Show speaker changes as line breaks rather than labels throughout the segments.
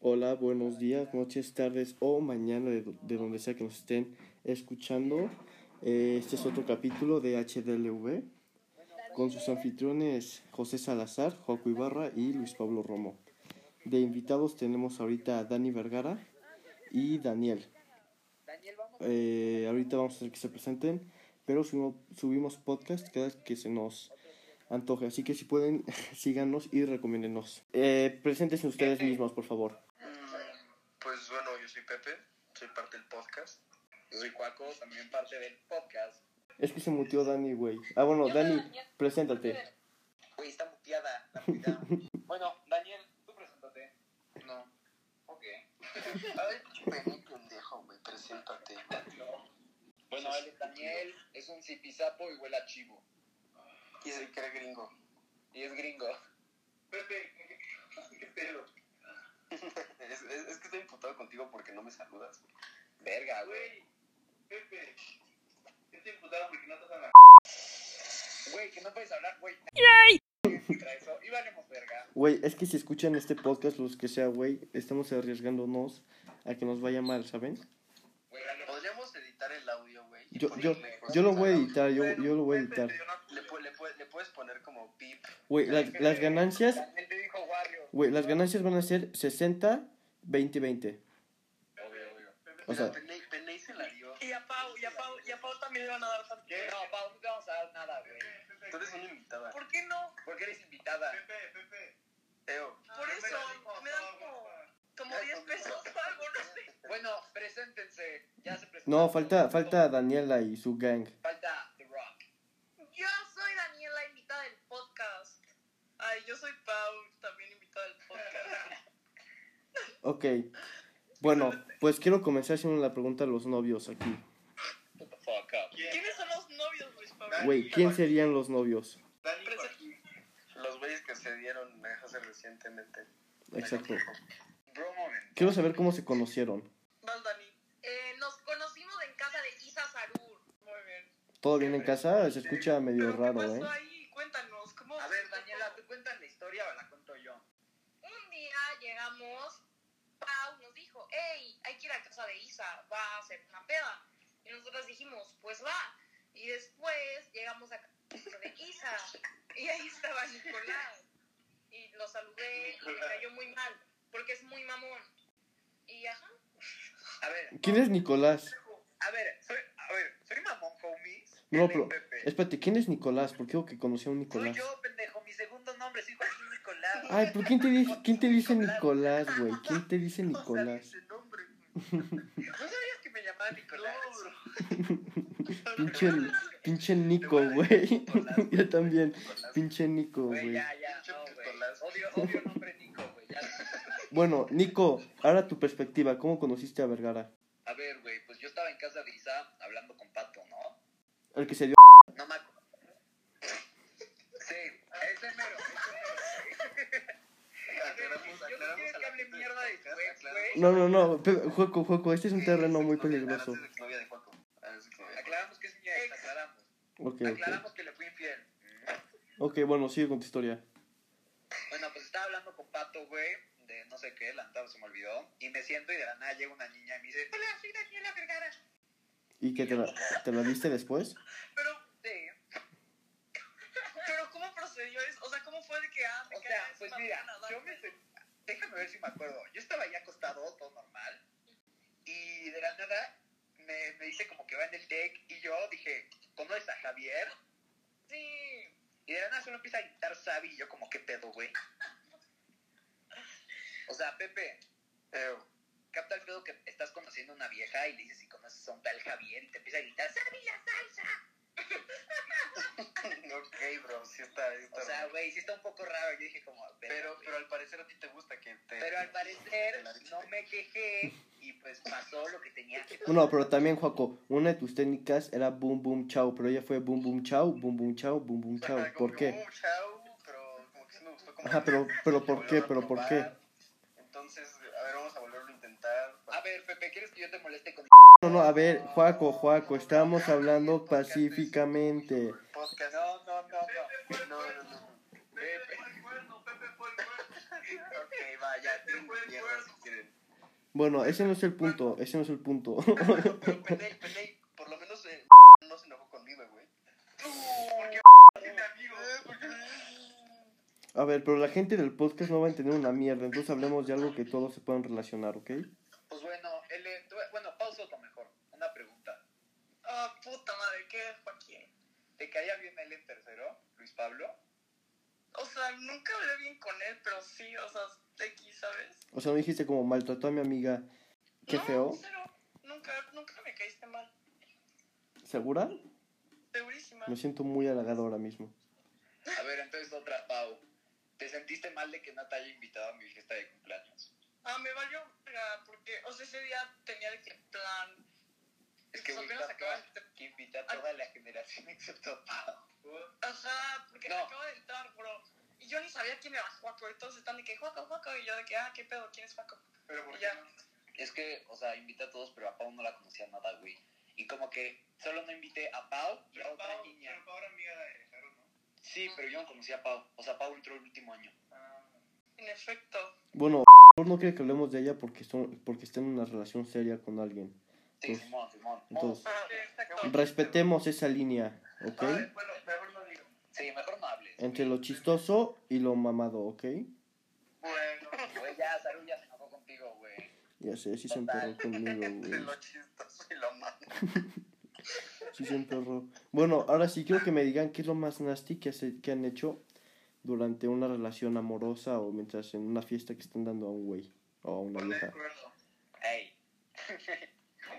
Hola, buenos días, noches, tardes o mañana de, de donde sea que nos estén escuchando. Eh, Este es otro capítulo de HDLV con sus anfitriones José Salazar, Joaco Ibarra y Luis Pablo Romo. De invitados tenemos ahorita a Dani Vergara y Daniel. Eh, ahorita vamos a hacer que se presenten, pero subimo- subimos podcast cada que se nos antoje. Así que si pueden, síganos y recomiéndenos. Eh, preséntense ustedes mismos, por favor.
Mm, Pues bueno, yo soy Pepe, soy parte del podcast.
Yo soy Cuaco, también parte del podcast.
Es que se mutió Dani, güey. Ah, bueno, Dani, preséntate.
Güey, está muteada la muteada. bueno, Daniel, tú preséntate.
No.
Ok.
Ay, vení pendejo, güey, preséntate.
Bueno, él es Daniel, es un zipizapo y huele a chivo.
Y soy que era gringo.
Y es gringo.
Pepe, qué pedo. es, es- es que estoy imputado contigo porque no me saludas.
Verga, güey.
Pepe, estoy imputado porque no te saludas.
Güey, que no puedes hablar, güey. ¡Yay! Eso. Y valemos verga.
Güey, es que si escuchan este podcast, los que sea, güey, estamos arriesgándonos a que nos vaya mal, ¿saben?
Güey, valemos-
Podríamos editar el audio, güey. y
Yo, yo,
ponerle
yo lo
cosas
voy a
al
editar, yo,
audio.
yo lo voy a editar.
Le, pu- le pu- le puedes poner como pip.
Güey, las, las ganancias,
Daniel te dijo Wario.
güey, las ganancias van a ser 60, 20, 20.
Obvio, obvio.
O sea,
Peney, Peney se la dio.
Y a Pau, y a Pau, y a Pau también le van a dar ¿Qué? No, Pau, no te vamos a dar nada, güey.
Tú eres una invitada.
¿Por qué no? Porque eres invitada.
Teo.
Ah,
Por eso, me dan como, como 10 pesos o algo, no sé.
Bueno, preséntense. Ya se presentaron.
no, falta, falta Daniela y su gang.
Falta The Rock.
Yo soy Daniela, invitada del podcast. Ay, yo soy Pau, también invitada del podcast.
Ok. Bueno, pues quiero comenzar haciendo la pregunta a los novios aquí.
Shut the fuck up.
¿Quiénes son los novios, Luis Pablo?
Güey, ¿quién serían los novios?
Presen-
Los güeyes que se dieron hace recientemente.
Exacto.
Bro, moment.
Quiero saber cómo se conocieron.
Vas, Dani. Eh, nos conocimos en casa de Isa Sarur. Muy bien.
¿Todo bien en casa? Se escucha medio
¿Pero
raro,
qué
¿eh?
pasó ahí? Cuéntanos, ¿cómo?
A ver, Daniela, ¿tú cuentas la historia o la cuento yo?
Un día llegamos, Pau nos dijo, hey, hay que ir a casa de Isa, va a hacer una peda. Y nosotros dijimos, pues va. Y después llegamos a casa de Isa y ahí estaba Nicolás. Y lo saludé y me cayó muy mal, porque es muy mamón. Y ajá,
A ver,
¿Quién es Nicolás?
a ver, soy, a ver, soy mamón, homies.
No,
Él es
pero-
Pepe.
Espérate, ¿quién es Nicolás? Porque digo que conocí a un
Soy
Nicolás.
yo, pendejo, mi segundo nombre, soy Joaquín Nicolás.
Ay, ¿por quién te dice, quién te dice Nicolás, güey? ¿Quién te dice
No sabía
Nicolás?
ese nombre.
¿No sabías que me llamaba Nicolás?
Pinche, pinche Nico, güey. Yo también. Pinche Nico,
Güey,
güey.
ya, ya,
Pinche
no, güey.
Nicolás.
Odio, odio nombre Nico, güey. ya.
Bueno, Nico, ahora tu perspectiva. ¿Cómo conociste a Vergara?
A ver, güey, pues yo estaba en casa de Isa hablando con Pato, ¿no?
El que se dio.
No me acuerdo. Sí, ese mero.
Aclaramos-
Yo no quiero
aclaramos a
que
la
hable
gente.
mierda de tu ex, güey.
No, no, no. pe- Juaco, Juaco, este es un terreno muy peligroso.
Ahora es exnovia de Juaco. Ahora es exnovia de Juaco.
Aclaramos que es mi ex, aclaramos.
Ok, ok.
Aclaramos que le fui infiel.
Ok, bueno, sigue con tu historia.
Bueno, pues estaba hablando con Pato, güey, de no sé qué, la neta se me olvidó. Y me siento y de la nada llega una niña y me dice, hola, soy Daniela Vergara.
¿Y qué te la, te la viste después?
Pero, sí.
pero ¿cómo procedió eso? O sea, ¿cómo fue de que, ah, me
O sea,
caes
pues
mamona,
mira,
Dani?
yo me sen- déjame ver si me acuerdo. Yo estaba ahí acostado, todo normal, y de la nada me, me dice como que va en el deck, y yo dije, ¿conoces a Javier?
Sí.
Y de la nada solo empieza a gritar Sabi, y yo como, ¿qué pedo, güey? O sea, Pepe, eh,
Teo.
capta el pedo que estás conociendo a una vieja y le dices si conoces a un tal Javier, y te empieza a gritar Sabi la salsa.
Ok, bro, sí está. sí está
O sea,
raro.
güey, sí está un poco raro. Yo dije como,
pero, pero al parecer a ti te gusta que te.
Pero al parecer no me quejé y pues pasó lo que tenía que pasar.
Bueno, pero también, Juaco, una de tus técnicas era boom, boom, chao. Pero ella fue boom, boom, chao, boom, boom, chao, boom, boom, chao.
Ajá, como
¿Por
que,
qué?
"Oh, chao", pero como que sí me gustó como
Ajá,
que-
pero, pero
que
¿por qué?
volvieron
Pero
a
¿por qué?
probar. Entonces, a ver, vamos a volverlo a intentar.
A ver, Pepe, ¿quieres que yo te moleste con
No, no, a ver, Juaco, Juaco, estábamos hablando pacíficamente.
Podcast.
No, no, no, no.
No, no, no.
Pepe.
Ok, va, ya. tienen mierda si quieren.
Bueno, ese no es el punto, ese no es el punto.
Pero Peney, Peney, por lo menos eh, no se enojó conmigo, güey.
Tiene amigos.
A ver, pero la gente del podcast no va a entender una mierda, entonces hablemos de algo que todos se puedan relacionar, ¿ok?
Pues bueno, él, es- tú- bueno, pausa lo mejor. Una pregunta.
Ah, puta madre, ¿qué Joaquín?
¿Te caía bien él en tercero, Luis Pablo?
O sea, nunca hablé bien con él, pero sí, o sea, X, ¿sabes?
O sea, no dijiste como maltrató a mi amiga. Qué
no,
feo.
Cero. Nunca, nunca me caíste mal.
¿Segura?
Segurísima.
Me siento muy halagado ahora mismo.
A ver, entonces otra, Pau. ¿Te sentiste mal de que no te haya invitado a mi fiesta de cumpleaños?
Ah, me valió verga, porque, o sea, ese día tenía de que plan.
Es que, güey,
Pues apenas
está
acababa
todo- que invita a toda la generación excepto a Pau.
Ajá, porque
No.
acabo de entrar, bro. Y yo ni sabía quién era Juaco, y todos están de que Juaco, Juaco, y yo de que, ah, qué pedo, ¿quién es Juaco?
Pero
¿por qué no?
Es que, o sea, invité a todos, pero a Pau no la conocía nada, güey. Y como que solo no invité a Pau y a otra niña.
Pau era amiga de Jaro, ¿no?
Sí, pero yo no conocía a Pau. O sea, Pau entró el último año.
En efecto.
Bueno, no quiere que hablemos de ella porque, son, porque está en una relación seria con alguien.
Sí,
Uf.
Simón, Simón.
Entonces,
Sí, exacto.
respetemos esa línea, ¿ok?
Ah, bueno, mejor no digo.
Sí, mejor no hables.
Entre lo chistoso y lo mamado, ¿ok?
Bueno,
Güey, ya, Saru ya se enojó contigo, güey.
Ya sé, sí se emperró conmigo,
de
güey.
lo chistoso y lo malo.
Sí se emperró. Bueno, ahora sí quiero que me digan qué es lo más nasty que, hace- que han hecho durante una relación amorosa o mientras en una fiesta que están dando a un güey o a una vieja.
Ey.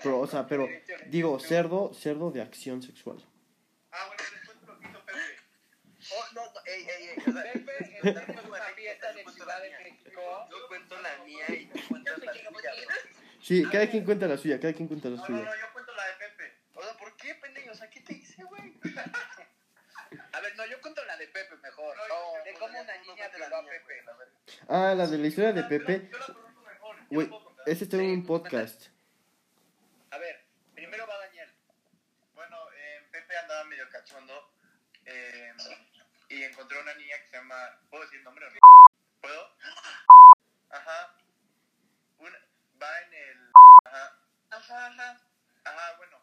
Pero, o sea, pero digo, cerdo, cerdo de acción sexual.
Ah, bueno, después lo quiso Pepe.
Oh, no, no, ey, ey, ey. O sea, Pepe, estás en una fiesta de Ciudad de México.
Yo cuento la mía y tú cuentas la
Pues
tuya, bro.
Sí, cada quien cuenta la suya, cada quien cuenta la
No, no,
suya.
no, yo cuento la de Pepe. O sea, ¿por qué, pendejo? O sea, ¿qué te hice, güey?
A ver, no, yo cuento la de Pepe mejor.
No,
de
no,
cómo
no,
una
no, no,
niña
no,
violó
la
a
mía,
Pepe.
güey, la verga.
Ah, la de la historia de Pepe.
Yo la conozco mejor. yo
Güey,
la puedo contar.
ese está en un podcast.
A ver, primero va Daniel.
Bueno, eh, Pepe andaba medio cachondo eh, y encontró una niña que se llama. ¿Puedo decir el nombre o no? ¿Puedo? Ajá. Una- va en el. Ajá.
Ajá, ajá.
Ajá, bueno.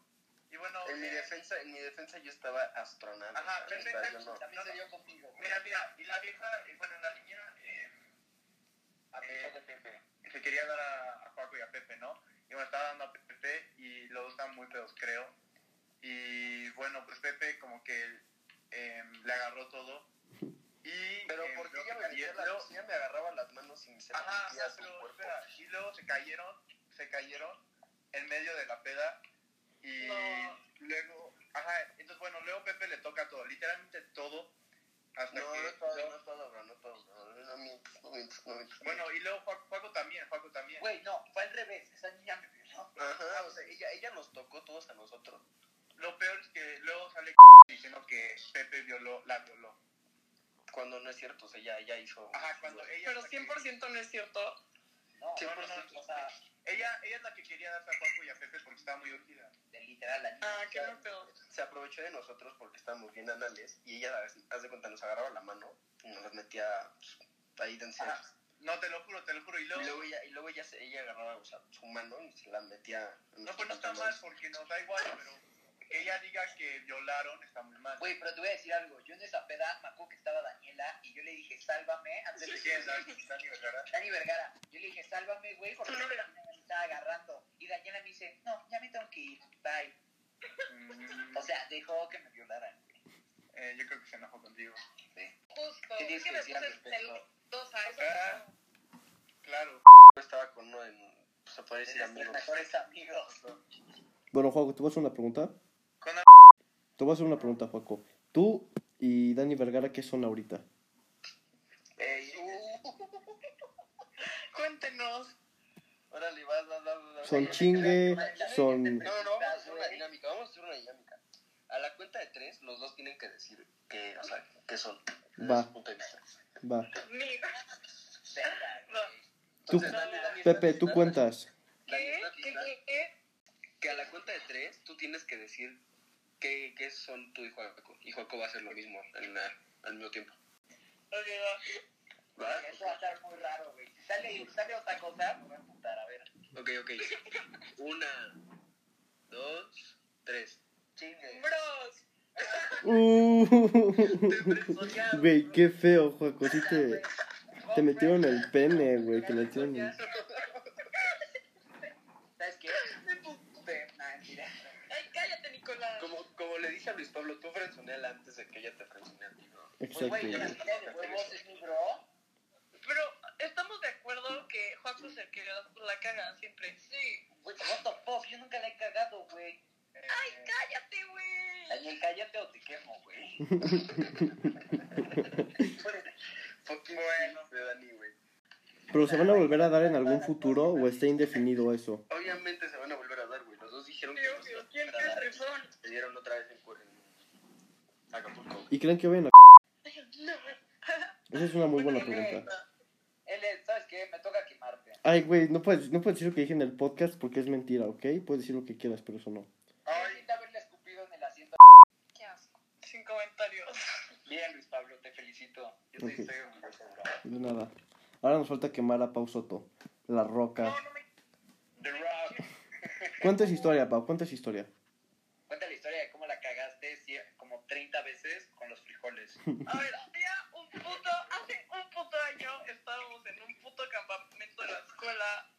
Y bueno.
En mi
eh,
defensa, en mi defensa yo estaba astronauta.
Ajá,
o sea,
perfecto.
yo no-
También se dio contigo. güey.
mira, mira. Y la vieja, eh, bueno, la niña. eh,
A pesar de Pepe.
se quería dar a, a Juaco y a Pepe, ¿no? Y bueno, estaba dando a Pepe y los dos estaban muy pedos, creo. Y bueno, pues Pepe como que em, le agarró todo. Y,
Pero
em,
¿por qué
luego
ella
se
me, metía
cayeron-
la-
luego-
ella me agarraba las manos y se las
Ajá,
metía a
ajá,
su
pero
cuerpo?
espera, y luego se cayeron, se cayeron en medio de la peda y
No.
luego, ajá, entonces bueno, luego Pepe le toca todo, literalmente todo, hasta
No,
que...
no todo, no todo, bro, no todo, bro. No mientas, no mientas, no mientas.
Bueno, y luego Juaco, Juaco también, Juaco también.
Güey, no, fue al revés. Esa niña me violó.
Ajá, ah, o sea, ella, ella nos tocó todos a nosotros.
Lo peor es que luego sale diciendo que Pepe violó, la violó.
Cuando no es cierto, o sea, ella, ella hizo...
Ajá, cuando ella...
Pero
es la que-
100% no es cierto.
No,
Sí,
no,
por
no,
no.
o sea,
Ella, ella es la que quería darse a Juaco y a Pepe porque estaba muy urgida.
de literal, la niña.
Ah, qué mal pedo.
Se aprovechó de nosotros porque estábamos bien anales y ella, haz de cuenta, nos agarraba la mano y nos las metía pues, ahí de encima.
Ajá. No, te lo juro, te lo juro. Y
Y
luego...
luego ella, y luego ella, se- ella agarraba o sea, su mano y se la metía... en
No,
los
pues no está mal porque nos da igual, pero ella diga que violaron está muy mal.
Güey, pero te voy a decir algo. Yo en esa peda me acuerdo que estaba Daniela y yo le dije, sálvame. Antes de
¿De
que
quién sabes que está nivel, verdad?
Dani Vergara. Yo le dije, sálvame, güey, porque
No,
la niña me estaba agarrando. Y Daniela me dice, no, ya me tengo que ir. Bye.
Mm,
O sea, dejó que me violaran. güey.
eh, yo creo que se enojó contigo.
Justo.
¿Qué
Es
tienes
que
que
me
decir al
puse
respecto?
celosa. eso
Ah.
pasó.
Claro.
Yo estaba con uno en... pues, Se podría
De
decir
nuestros
amigos.
mejores amigos.
Bueno, Juaco, te voy a hacer una pregunta.
Con la-
Te voy a hacer una pregunta, Juaco. Tú y Dani Vergara, ¿qué son ahorita?
Ey,
Cuéntenos.
órale, vas, vas, vas, vas, vas.
Son chingue, son...
No, no, no, vamos a hacer una dinámica, vamos a hacer una dinámica. A la cuenta de tres, los dos tienen que decir que, o sea, que son. desde
Va.
su punto de vista.
Va.
Mira.
Verga, güey.
Tú,
Entonces, dale, dale,
Pepe,
dale,
tú
dale,
cuentas.
dale,
¿Qué?
dale,
¿Qué?
dale.
¿Qué? ¿Qué?
Que a la cuenta de tres, tú tienes que decir que, que son tú y Joaco. Y Joaco va a hacer lo mismo en la- al mismo tiempo.
Ok, va.
¿Va?
Eso va a estar muy raro, güey. Si sale, si sale otra cosa, me voy a putar, a ver.
Ok, Ok, ok. Una, dos, tres. Chingue.
Bros.
Uh,
Pues
Soñado.
Güey, qué feo, Juaco. Sí te, te metieron el pene, güey. Te metieron el...
¿Sabes qué? Te- nah, mentira.
Ay, cállate, Nicolás.
Como, como le dije a Luis Pablo, tú frenzoneala antes de que ella te frenzonee a ti, ¿no?
Pues,
Exacto,
güey, yo la
güey.
tira de huevos es mi bro.
Pero estamos de acuerdo que Juanjo es el que la caga siempre. Sí.
Güey, what the fuck, yo nunca la he cagado, güey.
Ay, cállate, güey.
Daniel, cállate o te quemo, güey.
Fucking
Bueno.
de Dani, güey.
Pero se van a volver a dar en algún futuro o está indefinido eso.
Obviamente se van a volver a dar, güey. Los dos dijeron que
Qué
no se
obvio,
iban a
¿quién
volver a
es
dar.
Rifón?
Se dieron otra vez en, Cu- en Acapulco. güey.
¿Y creen que vayan a...
Ay, no.
Esa es una muy buena pregunta.
Él es, ¿sabes qué? Me toca quemarte.
Ay, güey, no puedes, no puedes decir lo que dije en el podcast porque es mentira, ¿ok? Puedes decir lo que quieras, pero eso no.
Ay, haberle escupido en el asiento.
Qué asco. Sin comentarios.
Bien, Luis Pablo, te felicito. Yo
Ok.
te estoy orgulloso, bro.
De nada. Ahora nos falta quemar a Pau Soto. La roca.
No, no me.
The Rock.
¿Cuánto es historia, Pau? ¿Cuánto es historia?
Cuenta la historia de cómo la cagaste sí, como 30 veces con los frijoles.
A ver, había un puto. Hace un puto año estábamos en un puto campamento de la escuela.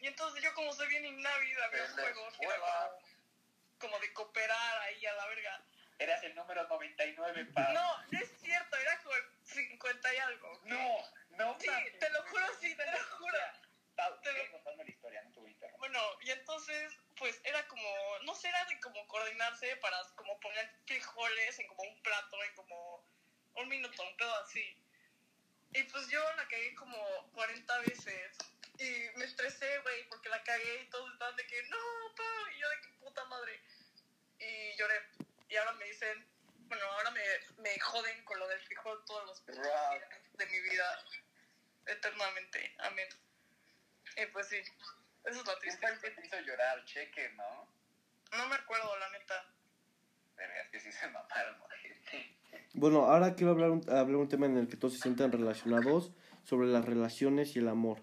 Y entonces yo, como soy bien inávida, había un
En la
juego que era
escuela.
como, como de cooperar ahí a la verga.
Eras el número 99,
Ah.
pa.
No, no es cierto, era como 50 y algo.
no, no.
Sí,
mames.
te lo juro, sí, te lo juro.
Pau,
Te lo-
sigue contando la historia, no te voy a interrumpir.
Bueno, y entonces, pues era como, no sé, era de como coordinarse para como poner frijoles en como un plato en como un minuto, un pedo así. Y pues yo la cagué como 40 veces. Y me estresé, güey, porque la cagué y todos estaban de que, no, pa, y yo de que puta madre. Y lloré. Y ahora me dicen, bueno, ahora me, me joden con lo del frijol todos los putos
Wow.
días de mi vida. Eternamente. Amén. Y pues sí, esa es la
¿Quién
triste.
fue el que te hizo llorar? Cheque, ¿no?
No me acuerdo, la neta.
Verga, es que sí se mamaron, gente.
Bueno, ahora quiero hablar un, hablar un tema en el que todos se sientan relacionados sobre las relaciones y el amor.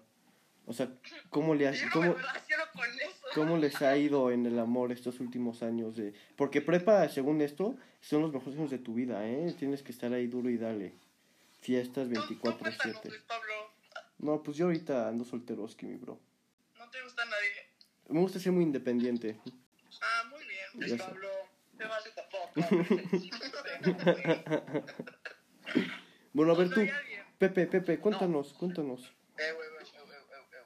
O sea, ¿cómo le has,
Yo no
cómo,
me relaciono con eso.
cómo les ha ido en el amor estos últimos años? De... Porque prepa, según esto, son los mejores años de tu vida, ¿eh? Tienes que estar ahí duro y dale. Fiestas
Tú- Tú, cuéntanos,
24-7.
Luis Pablo.
No, pues yo ahorita ando solteroski, mi bro.
No te gusta nadie.
Me gusta ser muy independiente.
Ah, muy bien, Luis
Ya sé.
Pablo. Te vas de
Bueno, a ver tú, Pepe, Pepe, cuéntanos, cuéntanos.
Eh, güey, güey, eh, güey, eh, güey.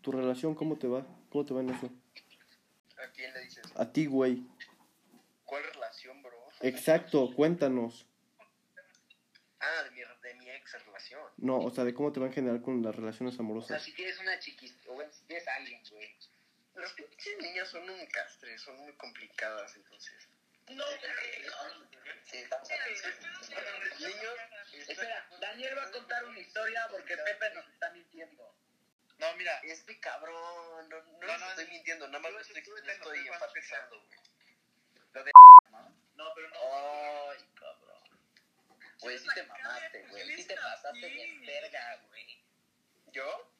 Tu relación, ¿cómo te va? ¿Cómo te va en eso?
¿A quién le dices?
A ti, güey.
¿Cuál relación, bro?
Exacto, cuéntanos.
Ah, de mi, de mi ex relación.
No, o sea, de cómo te va en general con las relaciones
O sea,
amorosas.
si tienes una chiquis, o bueno, si tienes a alguien, güey. Las pinches niñas son un castre, son muy complicadas, entonces.
No, güey,
Sí, estamos
no.
Niños,
Espera, Daniel va a contar una historia porque Pepe nos está mintiendo.
No, mira,
Este cabrón, no, no,
No,
les
no,
estoy
es-
mintiendo, nada más
yo
no
sí
estoy,
estuve
no estoy
cuando
enfatizando, güey.
no, pero no.
Ay, cabrón. Güey, sí te mamaste,
¿Por qué
güey.
le
Sí te
estás
pasaste
así?
bien verga, güey. ¿Yo?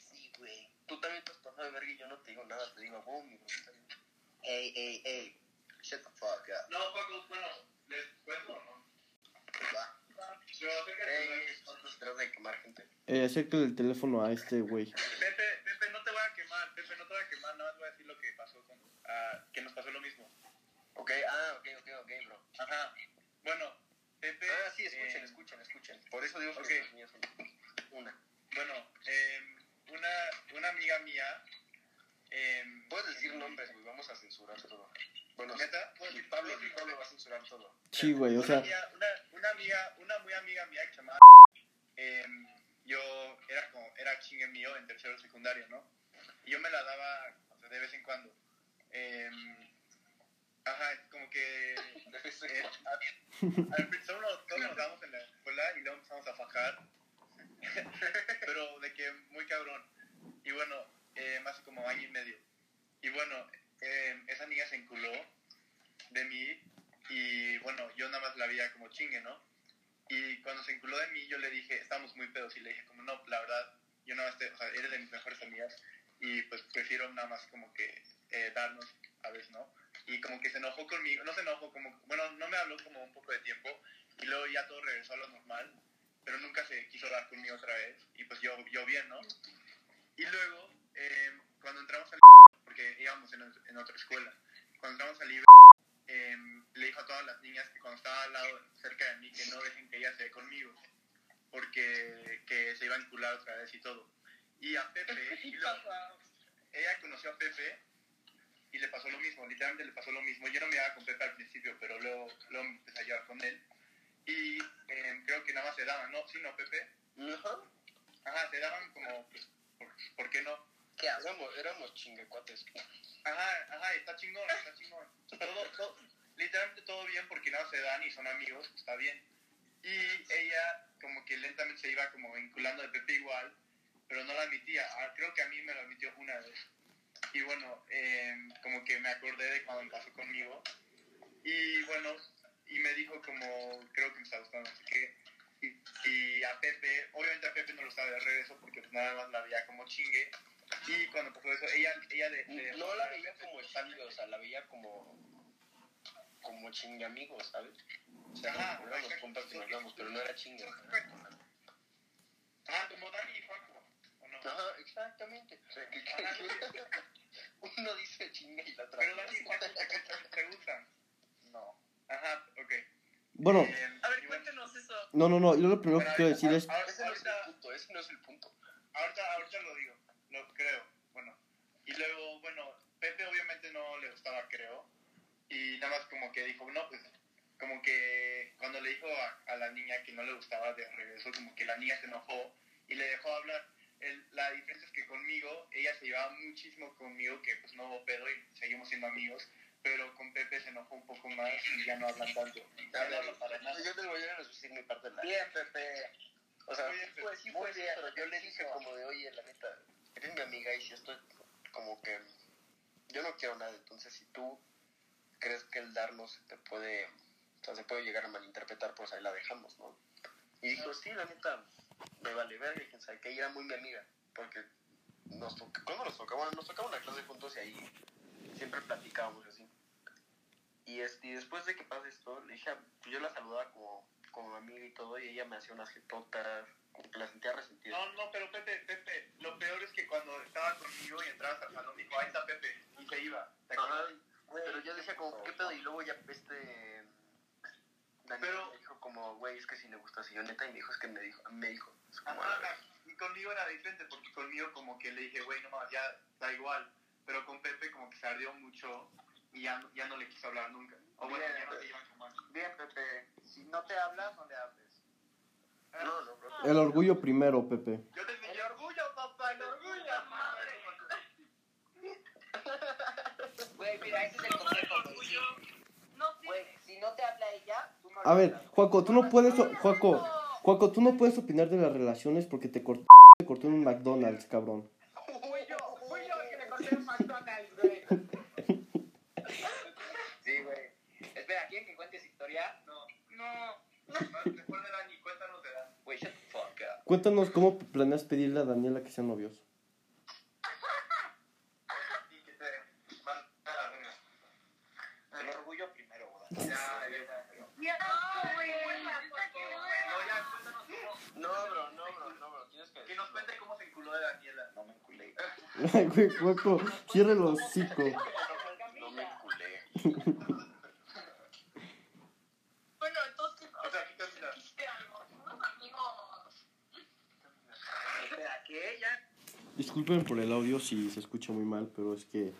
Sí, güey. Tú también te has pasado de verga y yo no te digo nada, te digo, boom, güey. Ey, ey, ey. Shut the fuck up.
No, Paco, bueno, les cuento, ¿no?
Va.
Yo sé que
Ey, ey, ¿cuántos tratas de quemar gente?
Eh, acércale el teléfono a este güey.
Pepe, Pepe, no te voy a quemar, Pepe, no te voy a quemar, nada más voy a decir lo que pasó con, ah, que nos pasó lo mismo.
Ok, ah, ok, ok, ok, bro.
Ajá. Bueno, Pepe.
Ah, sí, escuchen,
eh,
escuchen, escuchen. Por eso digo que
ok.
los niños son una.
Bueno, em, una, una amiga mía. em,
Puedes decir nombres, güey, vamos a censurar todo. Bueno,
¿Neta?
Luis Pablo, Luis Pablo va a censurar todo.
Sí, güey, o
una,
sea,
amiga, una, una amiga, una muy amiga mía que se llamaba. em, yo era como, era chingue mío en tercero de secundaria, ¿no? Y yo me la daba o sea, de vez en cuando. Em, ajá, como que. eh, a- al principio nos- todos nos damos en la escuela y luego empezamos a fajar. Pero de que muy cabrón. Y bueno, eh, más como año y medio. Y bueno, em, esa niña se enculó de mí y bueno, yo nada más la veía como chingue, ¿no? Y cuando se enculó de mí, yo le dije, estamos muy pedos, y le dije, como no, la verdad, yo nada más te, o sea, eres de mis mejores amigas, y pues prefiero nada más como que eh, darnos, a veces no. Y como que se enojó conmigo, no se enojó, como, bueno, no me habló como un poco de tiempo y luego ya todo regresó a lo normal, pero nunca se quiso hablar conmigo otra vez y pues yo, yo bien, ¿no? Y luego, eh, cuando entramos al porque íbamos en, en otra escuela, cuando entramos al IBE, eh, le dijo a todas las niñas que cuando estaba al lado, cerca de mí, que no dejen que ella se dé conmigo, porque que se iba a encular otra vez y todo. Y a Pepe, y lo- ella conoció a Pepe y le pasó lo mismo, literalmente le pasó lo mismo. Yo no me daba con Pepe al principio, pero luego, luego me empecé a llevar con él. Y eh, creo que nada más se daban, ¿no? Sí, no, Pepe.
Ajá.
Ajá, se daban como, pues, ¿por, por qué no?
¿Qué éramos, éramos chinguecuates.
Ajá, ajá, está chingón, está chingón. Todo, todo- literalmente todo bien porque nada se dan y son amigos, está bien. Y ella como que lentamente se iba como vinculando de Pepe igual, pero no la admitía. Ah, Creo que a mí me lo admitió una vez. Y bueno, eh, como que me acordé de cuando pasó conmigo. Y bueno, y me dijo como, creo que me está gustando, no sé qué. Y, y a Pepe, obviamente a Pepe no lo sabe de regreso porque pues nada más la veía como chingue. Y cuando pasó eso, ella, ella de, de-
No la veía como chingue, o sea, la veía como como chingue amigos, ¿sabes? O sea,
Ajá,
no, éramos
exacto.
compas que nos hablamos, pero no era chingue.
Ah, como Dani y Paco, ¿o no?
Ajá, exactamente. Uno dice chingue y la otra.
Pero Dani y Paco se, se usan.
No.
Ajá, ok.
Bueno,
Eh,
A
y
ver,
bueno,
cuéntenos eso.
no, no, no, yo lo primero que
pero
quiero
ahorita-
decir es,
ahor-
Ese no es el
ahorita-
punto, ese no es el punto.
Ahorita, ahorita lo digo, lo creo, bueno. Y luego, bueno, Pepe obviamente no le gustaba, creo. Y nada más como que dijo, no, pues, como que cuando le dijo a, a la niña que no le gustaba de regreso, como que la niña se enojó y le dejó hablar. El- la diferencia es que conmigo, ella se llevaba muchísimo conmigo, que pues no hubo pedo y seguimos siendo amigos, pero con Pepe se enojó un poco más y ya no hablan tanto. Ya no hablan para nada.
Yo te voy a decir mi parte de la
Bien, Pepe.
O sea,
Muy bien, pues,
sí fue, sí
muy
fue,
bien,
pero yo le dije
perfectísimo.
como de, oye, la neta, eres mi amiga y si estoy como que, yo no quiero nada, entonces si tú crees que el darnos se te puede, o sea, se puede llegar a malinterpretar, pues ahí la dejamos, ¿no? Y dijo, sí, la neta, me vale verga, y quién sabe que era muy mi amiga, porque nos toca, ¿cuándo nos tocaba? Bueno, nos tocaba una clase juntos y ahí siempre platicábamos así. Y este, y después de que pase esto, le dije, a- pues yo la saludaba como, como amiga y todo, y ella me hacía unas jetotas, como que la sentía resentida.
No, no, pero Pepe, Pepe, lo peor es que cuando estaba conmigo y entrabas al salón, dijo, ahí está Pepe, y se iba. ¿te acuerdas?
Ajá, pero yo decía como, ¿qué pedo? Y luego ya este... Daniel
Pero-
me dijo como, güey, es que si le gusta yo neta, y me dijo, es que me dijo, me dijo. Es como,
Ajá,
a ver.
y conmigo era diferente, porque conmigo como que le dije, güey, no mames, ya da igual. Pero con Pepe como que se ardió mucho y ya, no- ya no le quiso hablar nunca. O bueno, ya no se iban como antes.
Bien, Pepe. Si no te hablas, no le hables.
No, no, bro.
el orgullo primero, Pepe.
Yo te enseñé
El orgullo, papá, el orgullo.
Madre.
Güey, mira, ese es el
¿Cómo el
consejo. güey.
orgullo? No
Güey,
tiene.
si no te habla ella, tú no le
A ver,
hablas.
Juaco, tú no puedes, Juaco, Juaco, tú no puedes opinar de las relaciones porque te cortó, te cortó en un McDonald's, cabrón.
Fui yo, fui yo el que le corté el McDonald's, güey. Sí, güey. Espera, ¿quieren que cuente esa historia? No.
No.
después de Dani, cuéntanos de Dani.
Güey, shut the fuck up.
Cuéntanos cómo planeas pedirle a Daniela que sean novios.
Y que te van a la verga.
El orgullo primero, güey.
Ya, ya, ya.
Ya,
No, güey,
cuéntanos,
ahorita que
cuéntanos.
No, ya, cuéntanos cómo,
No, bro, no, bro, no, bro, tienes que...
que nos cuente cómo se enculó de Daniela.
No me enculé.
Ay, güey, Juaco, cierra el hocico.
No me enculé.
Bueno, entonces,
Ah,
O sea, ¿qué cosas?
¿sentiste algo? Unos amigos.
Espera, ¿qué? Ya.
Disculpen por el audio si se escucha muy mal, pero es que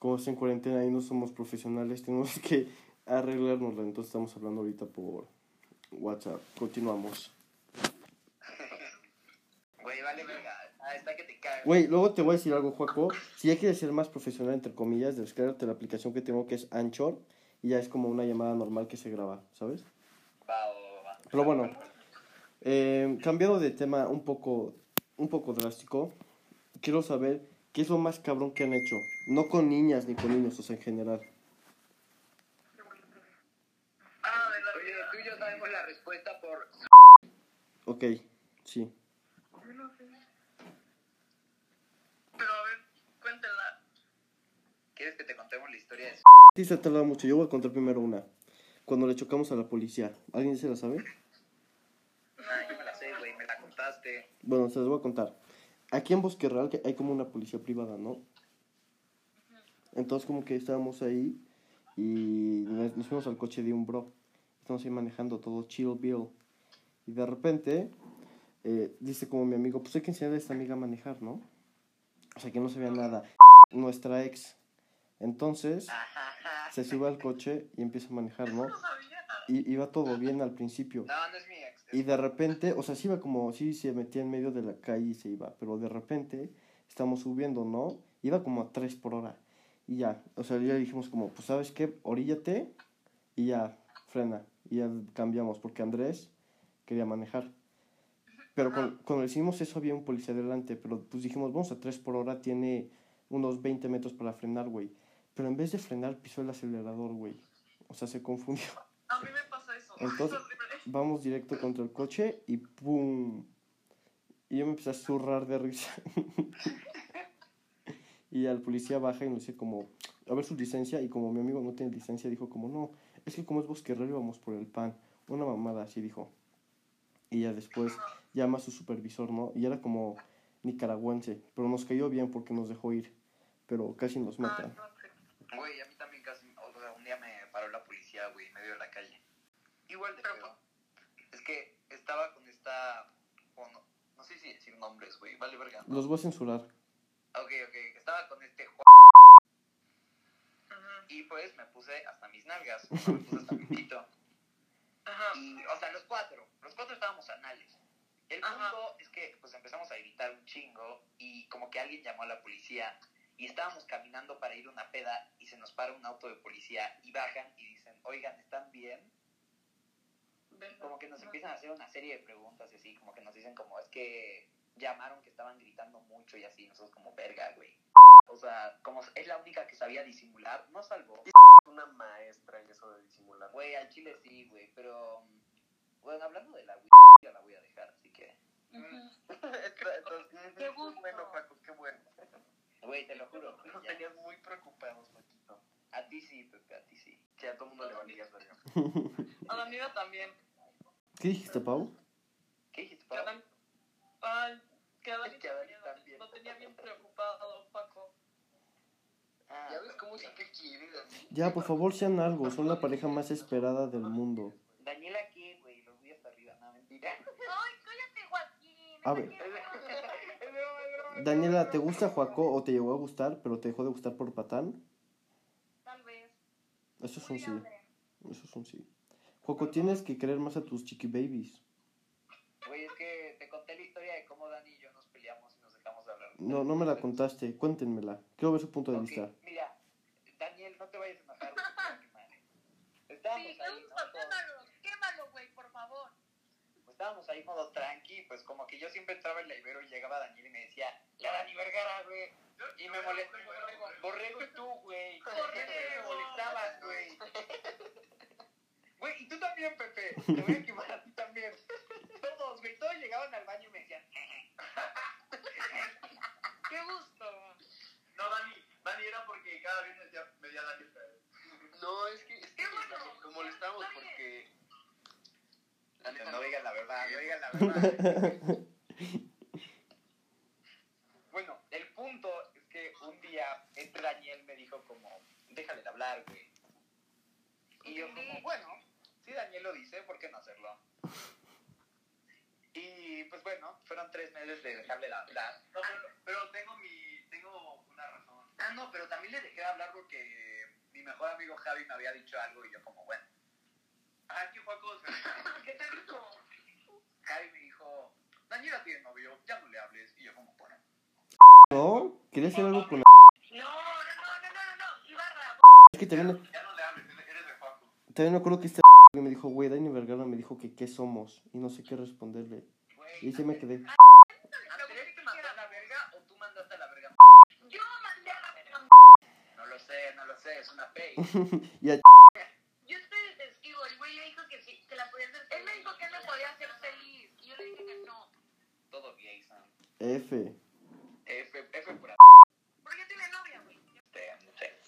como es en cuarentena y no somos profesionales, tenemos que arreglárnosla. Entonces estamos hablando ahorita por WhatsApp. Continuamos.
Güey, vale, verga. Ah, está que te cagas.
Güey, luego te voy a decir algo, Juaco. Si ya quieres ser más profesional, entre comillas, descárgate la aplicación que tengo que es Anchor y ya es como una llamada normal que se graba, ¿sabes?
Va, va, va, va.
Pero bueno, eh, cambiado de tema un poco, un poco drástico, quiero saber qué es lo más cabrón que han hecho. No con niñas ni con niños, o sea, en general.
Ah, de la
Oye,
vida.
tú y yo sabemos la respuesta por...
Ok, sí.
Pero a ver,
la historia de su...
Sí, se ha tardado mucho. Yo voy a contar primero una. Cuando le chocamos a la policía. ¿Alguien se la sabe?
Ay, yo me la sé, güey, me la contaste.
Bueno, se las voy a contar. Aquí en Bosque Real que hay como una policía privada, ¿no? Entonces como que estábamos ahí y nos nos fuimos al coche de un bro. Estamos ahí manejando todo chill, Bill. Y de repente eh, dice como mi amigo, pues hay que enseñarle a esta amiga a manejar, ¿no? O sea que no se vea nada. Nuestra ex. Entonces se sube al coche y empieza a manejar, ¿no?
No sabía.
Y iba todo bien al principio.
No, no es mi ex.
Y de repente, o sea, sí iba como, sí se metía en medio de la calle y se iba, pero de repente estamos subiendo, ¿no? Iba como a 3 por hora. Y ya, o sea, ya dijimos como, pues sabes qué, oríllate y ya, frena. Y ya cambiamos, porque Andrés quería manejar. Pero cuan- cuando hicimos eso había un policía delante, pero pues dijimos, vamos a 3 por hora, tiene unos 20 metros para frenar, güey. Pero en vez de frenar, pisó el acelerador, güey. O sea, se confundió.
A mí me pasa eso.
Entonces-
Es horrible.
Vamos directo contra el coche y ¡pum! Y yo me empecé a zurrar de risa. y al policía baja y nos dice como, a ver su licencia. Y como mi amigo no tiene licencia, dijo como, no, es que como es bosquerrero íbamos por el pan. Una mamada, así dijo. Y ya después llama a su supervisor, ¿no? Y era como nicaragüense. Pero nos cayó bien porque nos dejó ir. Pero casi nos
Ah,
matan.
no sé.
Güey, a mí también casi, o sea, un día me paró la policía, güey, en medio de la calle. Igual de
Pero,
pedo. Es que estaba con esta, o no, no sé si decir nombres, güey, vale verga. ¿no?
Los voy a censurar.
Ok, ok, estaba con este Juan
Ujú.
y pues me puse hasta mis nalgas, o sea, me puse hasta mi pito.
Ajá.
Y, o sea, los cuatro, los cuatro estábamos anales. El punto
Ajá.
es que, pues, empezamos a gritar un chingo y como que alguien llamó a la policía y estábamos caminando para ir a una peda y se nos para un auto de policía y bajan y dicen, oigan, ¿están bien? Como que nos empiezan a hacer una serie de preguntas y así, como que nos dicen como, es que llamaron que estaban gritando mucho y así, nosotros como, verga, güey. O sea, como es la única que sabía disimular, no salvó.
Una maestra en eso de disimular.
Güey, al chile sí, güey, pero... mm, Bueno, hablando de la güey, ya la voy a dejar, así que...
Ujú.
Entonces,
Qué gusto.
bueno, Paco, qué bueno.
Güey, te lo juro, güey,
Nos
ya.
tenías muy preocupados, Paquito.
A ti sí, Pepe, a ti sí.
Que a todo mundo le valías, verga.
A la amiga también.
¿Qué dijiste, Pau?
¿Qué dijiste,
Que a
Pau?
Dani- Ay, que a Dani
Que a Dani
también.
también.
Lo tenía bien preocupado, Paco.
Ah,
Ya ves cómo sí
Daniela.
que quieres. así.
Ya, por favor, sean algo. Son la pareja más esperada del mundo.
Daniela, ¿qué, güey? Los voy hasta arriba, no, mentira.
Ay, cállate, Joaquín.
A
no
ver.
te quiero.
Daniela, ¿te gusta Joaco o te llegó a gustar, pero te dejó de gustar por patán?
Tal vez.
Eso es un
Muy
sí.
hambre.
Eso es un sí. Joaco, tienes que creer más a tus chiqui babies.
Güey, es que te conté la historia de cómo Dani y yo nos peleamos y nos dejamos de hablar.
No, no me la contaste. Cuéntenmela. Quiero ver su punto de
Ok,
vista.
Mira, Daniel, no te vayas a enojar. güey, chinga tu madre.
Sí,
Estábamos
pues,
ahí,
gusta,
¿no? Todos-
quémalo, quémalo, güey, por favor.
pues estábamos ahí modo tranqui, pues como que yo siempre entraba en la Ibero y llegaba Daniel y me decía, la Dani Vergara, güey. Y me molestaba, borrego y tú, güey. ¿Por qué me molestabas, güey? Güey, y tú también, Pepe. Te voy a quemar a ti también. Todos, güey, todos llegaban al baño y me decían,
Qué gusto.
No, Dani, Dani era porque cada vez me decía, me decía Dani. otra vez.
No, es que, es que
Qué bueno.
lo molestamos
Está bien.
porque.
"No, no digan la verdad, no digan la verdad. Bueno, el punto es que un día este Daniel me dijo como, déjale de hablar, güey. Y yo como, bueno, si Daniel lo dice, ¿por qué no hacerlo? Y pues bueno, fueron tres meses de dejarle de hablar.
No, pero, pero tengo mi, tengo una razón.
Ah, no, pero también le dejé de hablar porque mi mejor amigo Javi me había dicho algo y yo como, bueno.
Ah, es que Juaco se
¿Qué te dijo? Javi me dijo, Daniela tiene novio, ya no le hables. Y yo como, bueno.
¿No? ¿Quería hacer algo con la...
No, no, no, no, no, no. Ibarra.
Es que también,
Ya no le hables, eres- eres de Juaco.
también me acuerdo que este que me dijo, güey, Dani Vergara me dijo que qué somos. Y no sé qué responderle.
Güey,
Y se me quedé.
¿Andrés te mandó a la verga o tú mandaste a la verga?
Yo mandé a la verga.
No lo sé, no lo sé, es una pay.
Y a...
Yo estoy de testigo. El güey le dijo que sí, que la podía hacer
Él me dijo que él me podía hacer feliz. Y yo le dije que no.
Todo gay, Sam.
F.
F, F por
Porque tiene novia, güey.
este, no sé.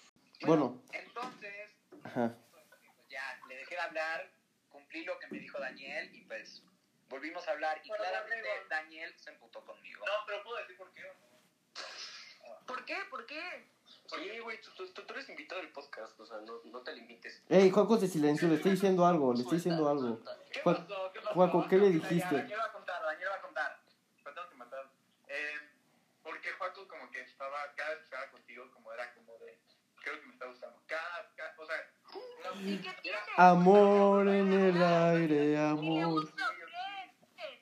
Bueno,
Entonces,
ajá.
pues ya, le dejé de hablar, cumplí lo que me dijo Daniel y pues volvimos a hablar y
Pero
claramente
Rodrigo.
Daniel se emputó conmigo.
No, pero puedo decir por qué.
¿Por qué? ¿Por qué?
Oye, güey, tú, tú, tú eres invitado al podcast, o sea, no, no te limites.
Ey, Juaco de silencio, le estoy diciendo algo, le estoy diciendo algo.
¿Qué
Juan-
pasó? ¿Qué pasó?
Juaco, ¿qué le
Ya, ya,
dijiste?
Daniel va a contar, Daniel va a contar. Lo tengo que matar. Eh, porque Juaco como que estaba, cada vez que estaba contigo, como era como de, creo que me está gustando. Cada, cada o sea, no,
¿Y qué tiene?
Amor en el aire, amor.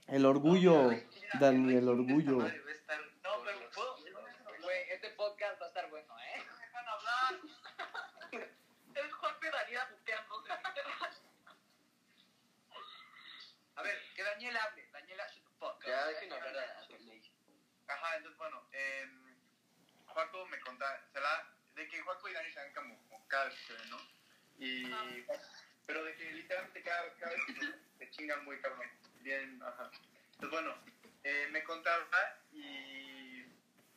El orgullo, Dani, el orgullo.
Debe estar...
No, pero puedo. Güey, este podcast va a estar bueno, ¿eh?
dejan hablar. Es Juan Pedalía puteándose.
A ver, que Daniel hable. Daniel, shut the fuck up.
Ya, dejen hablar a a Peley.
Ajá, entonces bueno, eh, Juaco me contaba, se la, de que Juaco y Dani se dan como, como cada vez que se ven, ¿no? Y, pero de que literalmente cada, cada vez se- se chingan muy cabrón. Bien, ajá. Entonces bueno, eh, me contaba y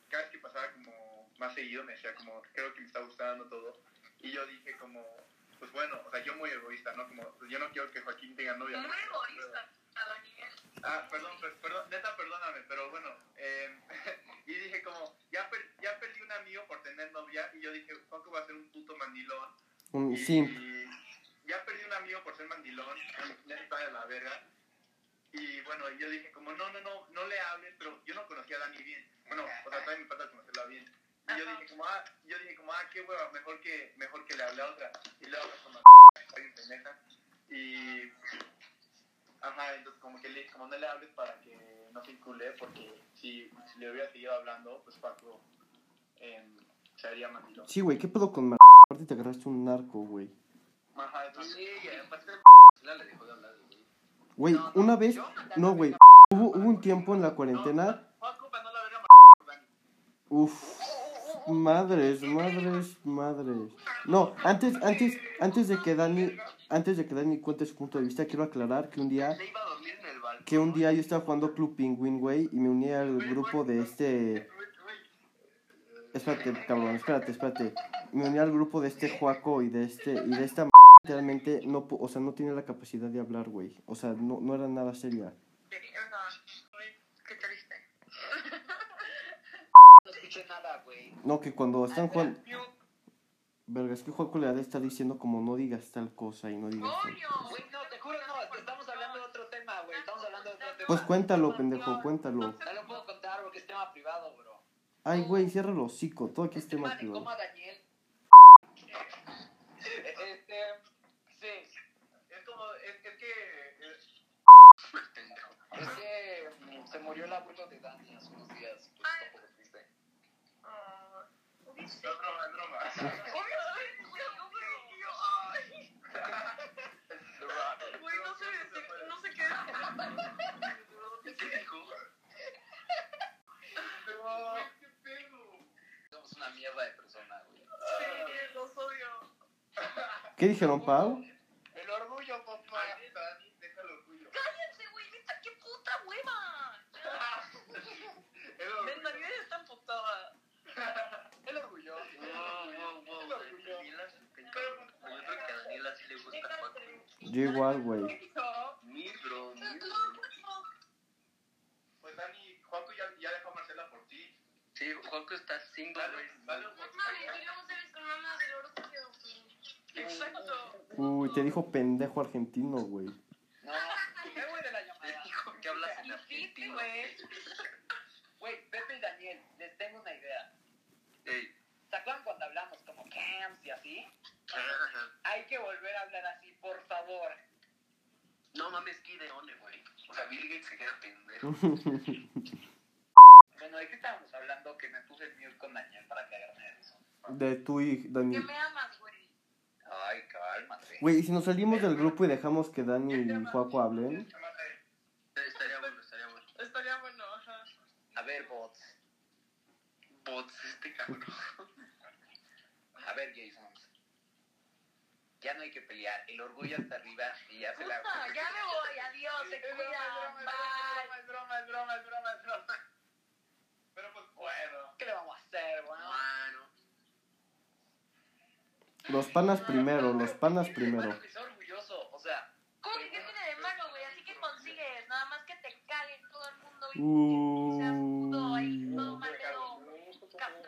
cada vez que pasaba como más seguido me decía como, creo que me está gustando todo. Y yo dije como, pues bueno, o sea, yo muy egoísta, ¿no? Como, pues, yo no quiero que Joaquín tenga novia.
Muy
porque-
egoísta, Daniel.
Ah, perdón, per- perdón, neta, perdóname, pero bueno, eh, y dije como, ya, per- ya perdí un amigo por tener novia, y yo dije, Juanco va a ser un puto mandilón,
Un
y
simp.
ya perdí un amigo por ser mandilón, neta de la verga, y bueno, y yo dije como, no, no, no, no le hables, pero yo no conocía a Dani bien, bueno, o sea, también me falta conocerla bien, y yo
Ajá.
dije como, ah, yo dije como, ah, qué hueva, mejor que, mejor que le hable a otra, y luego como, soy un pendeja, y Ajá, entonces como que le dije, como no le hables para que no se incule, porque si, si le hubiera seguido hablando, pues Paco em, se haría mandilón.
Sí, güey, ¿qué pedo con mar- Aparte te agarraste un narco, güey.
Ajá, entonces,
Sí, aparte le dejó de hablar, güey.
Güey,
No, no,
una vez,
yo mandando
no,
mi
güey,
ma-
hubo, hubo un tiempo en la cuarentena,
Paco, para no la verga,
uff, madres, madres, madres. No, antes, antes, antes de que Dani, antes de que Dani cuente su punto de vista, quiero aclarar que un día,
Se iba a dormir en el balcón.
que un día yo estaba jugando Club Penguin, güey, y me uní al grupo de este, espérate, cabrón, espérate, espérate, me uní al grupo de este Juaco y de este, y de esta m- realmente no, pu- o sea, no tiene la capacidad de hablar, güey, o sea, no, no era nada seria.
Qué triste.
No escuché nada, güey.
No, que cuando están jugando,
Mute.
Verga, es que Juaco le ha de estar diciendo como no digas tal cosa y no digas tal
Coño.
cosa.
Güey, no, te juro, no. te Estamos hablando de otro tema, güey. Estamos hablando de otro tema.
Pues cuéntalo, pendejo, cuéntalo.
No lo puedo contar porque es tema privado, bro.
Ay, güey, cierra el hocico, todo aquí es
Es tema
tema
de
privado.
coma Daniel. Este, sí.
es como, es, es que, es-
Es que mm, se murió el abuelo de Dani hace unos días. Pues
Ay.
tampoco fuiste.
es broma, es broma.
Güey, no sé decir, no sé qué decir.
Somos una mierda de persona, güey.
Sí, los odio.
¿Qué dijeron, Pau?
El orgullo, papá. Dani, déjalo tuyo.
Cállense, güey, neta, qué puta hueva.
El orgullo.
Mentalidad está putada.
El orgullo. El orgullo.
Pero,
Yo creo que a Daniela sí le gusta Juan.
Yo igual, güey.
Eso.
Mi bro, mi bro.
pues Dani, Juanco ya, ya dejó a Marcela por ti.
Sí, Juanco está single,
Dale,
güey.
dale un
No mames, digamos, eres con mamá del orgullo. Exacto.
Uy, te dijo pendejo argentino, güey.
No, me voy de la llamada.
Dijo que hablas en
Viste,
argentino.
güey.
Güey, Pepe y Daniel, les tengo una idea.
Ey.
¿Se acuerdan cuando hablamos como camps y así? Hay que volver a hablar así, por favor.
No mames, Gideone, güey. O sea, Bill Gates se queda pendejo.
Bueno, ¿de qué estábamos hablando? Que me puse el mute con Daniel para que agarre eso.
De tu y Dani.
Que me amas, güey.
Ay, cálmate.
Güey, ¿y si nos salimos del grupo y dejamos que Dani y Juaco hablen?
Estaría bueno, estaría bueno.
Estaría bueno, ajá.
A ver, bots.
Bots, este cabrón.
A ver, Jason. Ya no hay que pelear. El orgullo hasta arriba y ya se la...
Puta, ya me voy, adiós, se
Es broma,
cuidan,
es
bye.
broma, es broma, es broma, es broma, es broma, es broma. Pero pues bueno.
¿Qué le vamos a hacer, weón?
Bueno.
Los panas primero, los panas primero.
que sea orgulloso, o sea,
¿Cómo que qué tiene de malo, güey? Así que consigues, nada más que te cague todo el mundo y que seas puto ahí,
Uh,
todo mal pedo.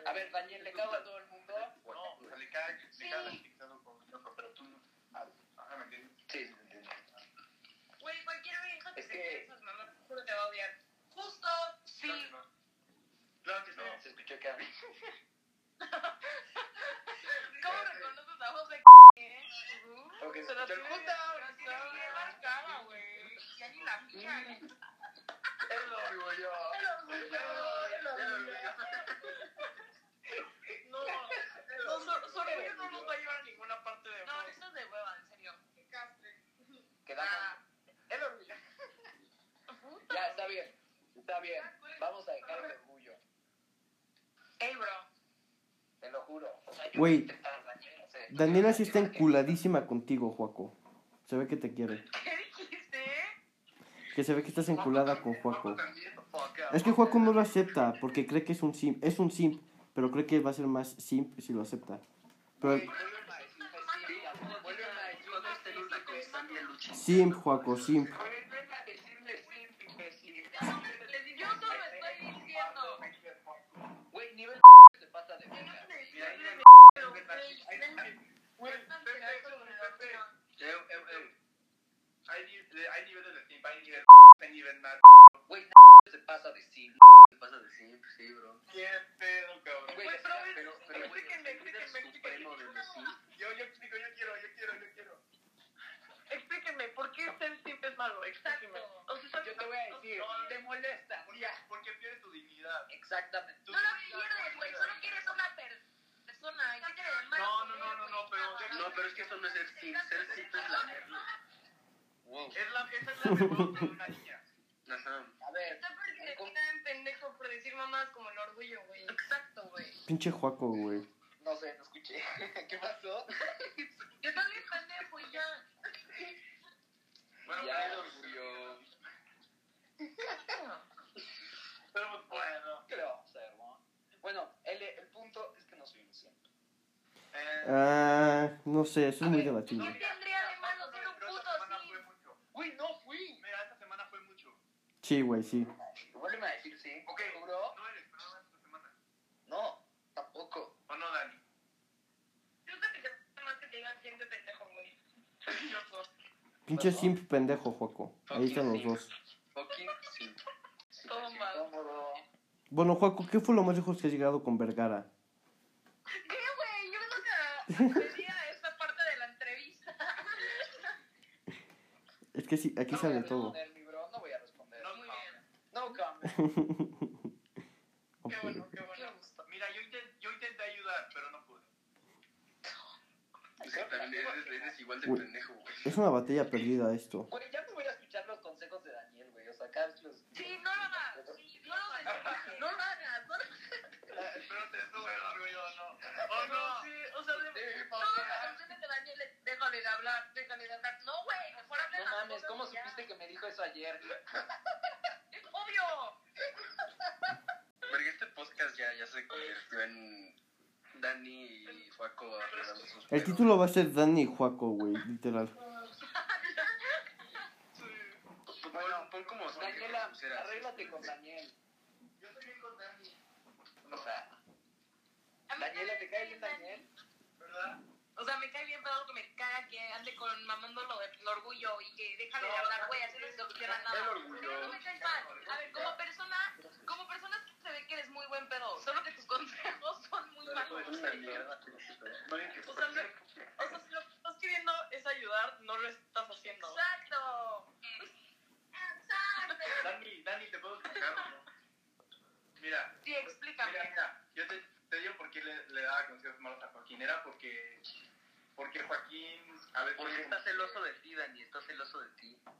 a ver, Daniel, ¿le cago a todo el mundo?
No, o sea, le caga que le caga el dictado con loco, pero tú no. Ah, Ajá, ¿me entiendes?
Sí, sí, sí, sí.
Güey, cualquier vieja que
Es
se
que-
quede esas mamás, te juro te va a odiar. Justo, sí.
Claro que no. Claro que no.
No, se escuchó que había-
¿Cómo reconoces a José?
Ok,
Se
escuchó
la
el
tiene-
justo.
se la tiene bien marcada, güey. Ya ni la mía, güey.
El orgullo.
Ya lo vi.
No, no, su, su orgullo no nos va a llevar a ninguna parte de No, eso es de hueva, en serio. Qué castre.
Que Daniel- El orgullo. Ah. Ya, está bien. Está bien. Vamos a dejar el orgullo.
Ey, bro.
Te lo juro. O sea, yo
Güey.
voy a intentar, Daniel, o sea,
Daniela sí está enculadísima contigo, Juaco. Se ve que te quiere.
¿Qué dijiste?
Que se ve que estás enculada con Juaco.
También, fuck, ah.
Es que Juaco no lo acepta porque cree que es un simp. Es un simp, pero cree que va a ser más simp si lo acepta. Pero
Vuelve una hijita, vuelve una hijita, este luna que está bien luchada.
simp, Juaco, simp.
Vuelve a decirle simp, imbécil.
Yo solo estoy diciendo.
Güey, nivel se pasa de verga.
Eh, eh, eh. Hay ni- hay niveles de simp, hay nivel hay nivel nada.
Güey, se pasa de simp. Se pasa de simp, sí, bro.
Qué pedo, cabrón.
Güey, pero, pero, pero, güey, el líder supremo de los simp.
Yo, yo explico, yo quiero, yo quiero, yo quiero.
Explíquenme, ¿por qué ser simple es malo? Explíquenme. O sea, ¿sabes?
Yo te voy a decir, te molesta.
Porque,
Ya,
porque pierdes tu dignidad.
exactamente.
No la pierdes, güey. Solo quieres una persona. ¿Qué tiene de malo?
No, no, no, no, no, pero
No, pero es que eso no es ser simp. Ser simp es la mierda. Wow.
es la, esa es la vergüenza de una niña.
Ajá.
A ver,
Está porque te quedan pendejo por decir mamás como el orgullo, güey. Exacto, güey.
Pinche Juaco, güey.
no sé, no escuché. ¿Qué pasó?
Yo también pendejo y ya.
Bueno,
Ya,
pero,
orgullo.
pero bueno.
pues, ¿Qué le vamos a hacer, no? Bueno, el, el punto es que no soy inocente.
Eh,
Ah, no sé, eso es muy
¿Qué
debatible.
tendría de malo ser un
pero
puto
esta semana
así?
fue mucho.
Uy, no fui.
Mira, esta semana fue mucho.
Sí, güey, sí.
Vuelve a decir sí.
Ok,
¿Seguro?
no eres, pero esta semana.
No, tampoco.
¿O no, Dani?
Pinche simp pendejo, Juaco. Ahí están los dos.
Fucking simp. Sí,
Todo
sí.
mal.
Cómodo.
Bueno, Juaco, ¿qué fue lo más lejos que has llegado con Vergara?
¿Qué, güey? Yo nunca accedí a esta parte de la entrevista.
Es que sí, aquí
No
sale
voy a
todo.
responder, mi bro, No voy a responder.
No,
No,
no.
comment.
Ok.
qué bueno. Mira, yo, intent- yo intenté ayudar, pero no pude.
Es que también eres, eres igual de
Uy.
pendejo, güey.
Es una batalla perdida esto.
Güey, ya me voy a escuchar los consejos de Daniel, güey. O sea, Carlos.
Sí, no lo hagas. Sí, no lo hagas. No lo hagas. No lo hagas.
Pero te sube el orgullo, ¿no? ¿O no? Sí, o sea, de...
Todas las canciones de Daniel es, déjale de hablar, déjale de hablar. No, güey, mejor habla
No
las
mames,
cosas
¿cómo
y ya.
supiste que me dijo eso ayer?
Es obvio.
Verga, este podcast ya, ya se convirtió en Dani y Juaco arreglando sus
El
pedos.
título va a ser Dani y Juaco, güey, literal.
Pon, Pues, pon como si
Daniela,
pusieras.
arréglate con Daniel.
Yo estoy bien con Dani,
O sea,
A mí
Daniela, ¿te
también
cae
me
bien Daniel?
¿verdad?
O sea, me cae bien pedo que me caga que ande con mamando lo del orgullo y que déjale de hablar, güey, así no se soluciona nada.
El orgullo.
Pero no me caes mal. A ver, como persona, como persona se ve que eres muy buen pedo, solo que tus consejos son muy malos.
Es una mierda.
O sea, no- o sea, si lo que estás queriendo es ayudar, no lo estás haciendo.
Exacto. Exacto.
Dani, Dani, ¿te puedo explicar o no? Mira,
Sí,
mira,
explícame.
mira, yo te, te digo por qué le, le daba consejos malos a Joaquín. Era porque, porque Joaquín a veces...
Porque está celoso de ti, Dani, está celoso de ti.
Ah,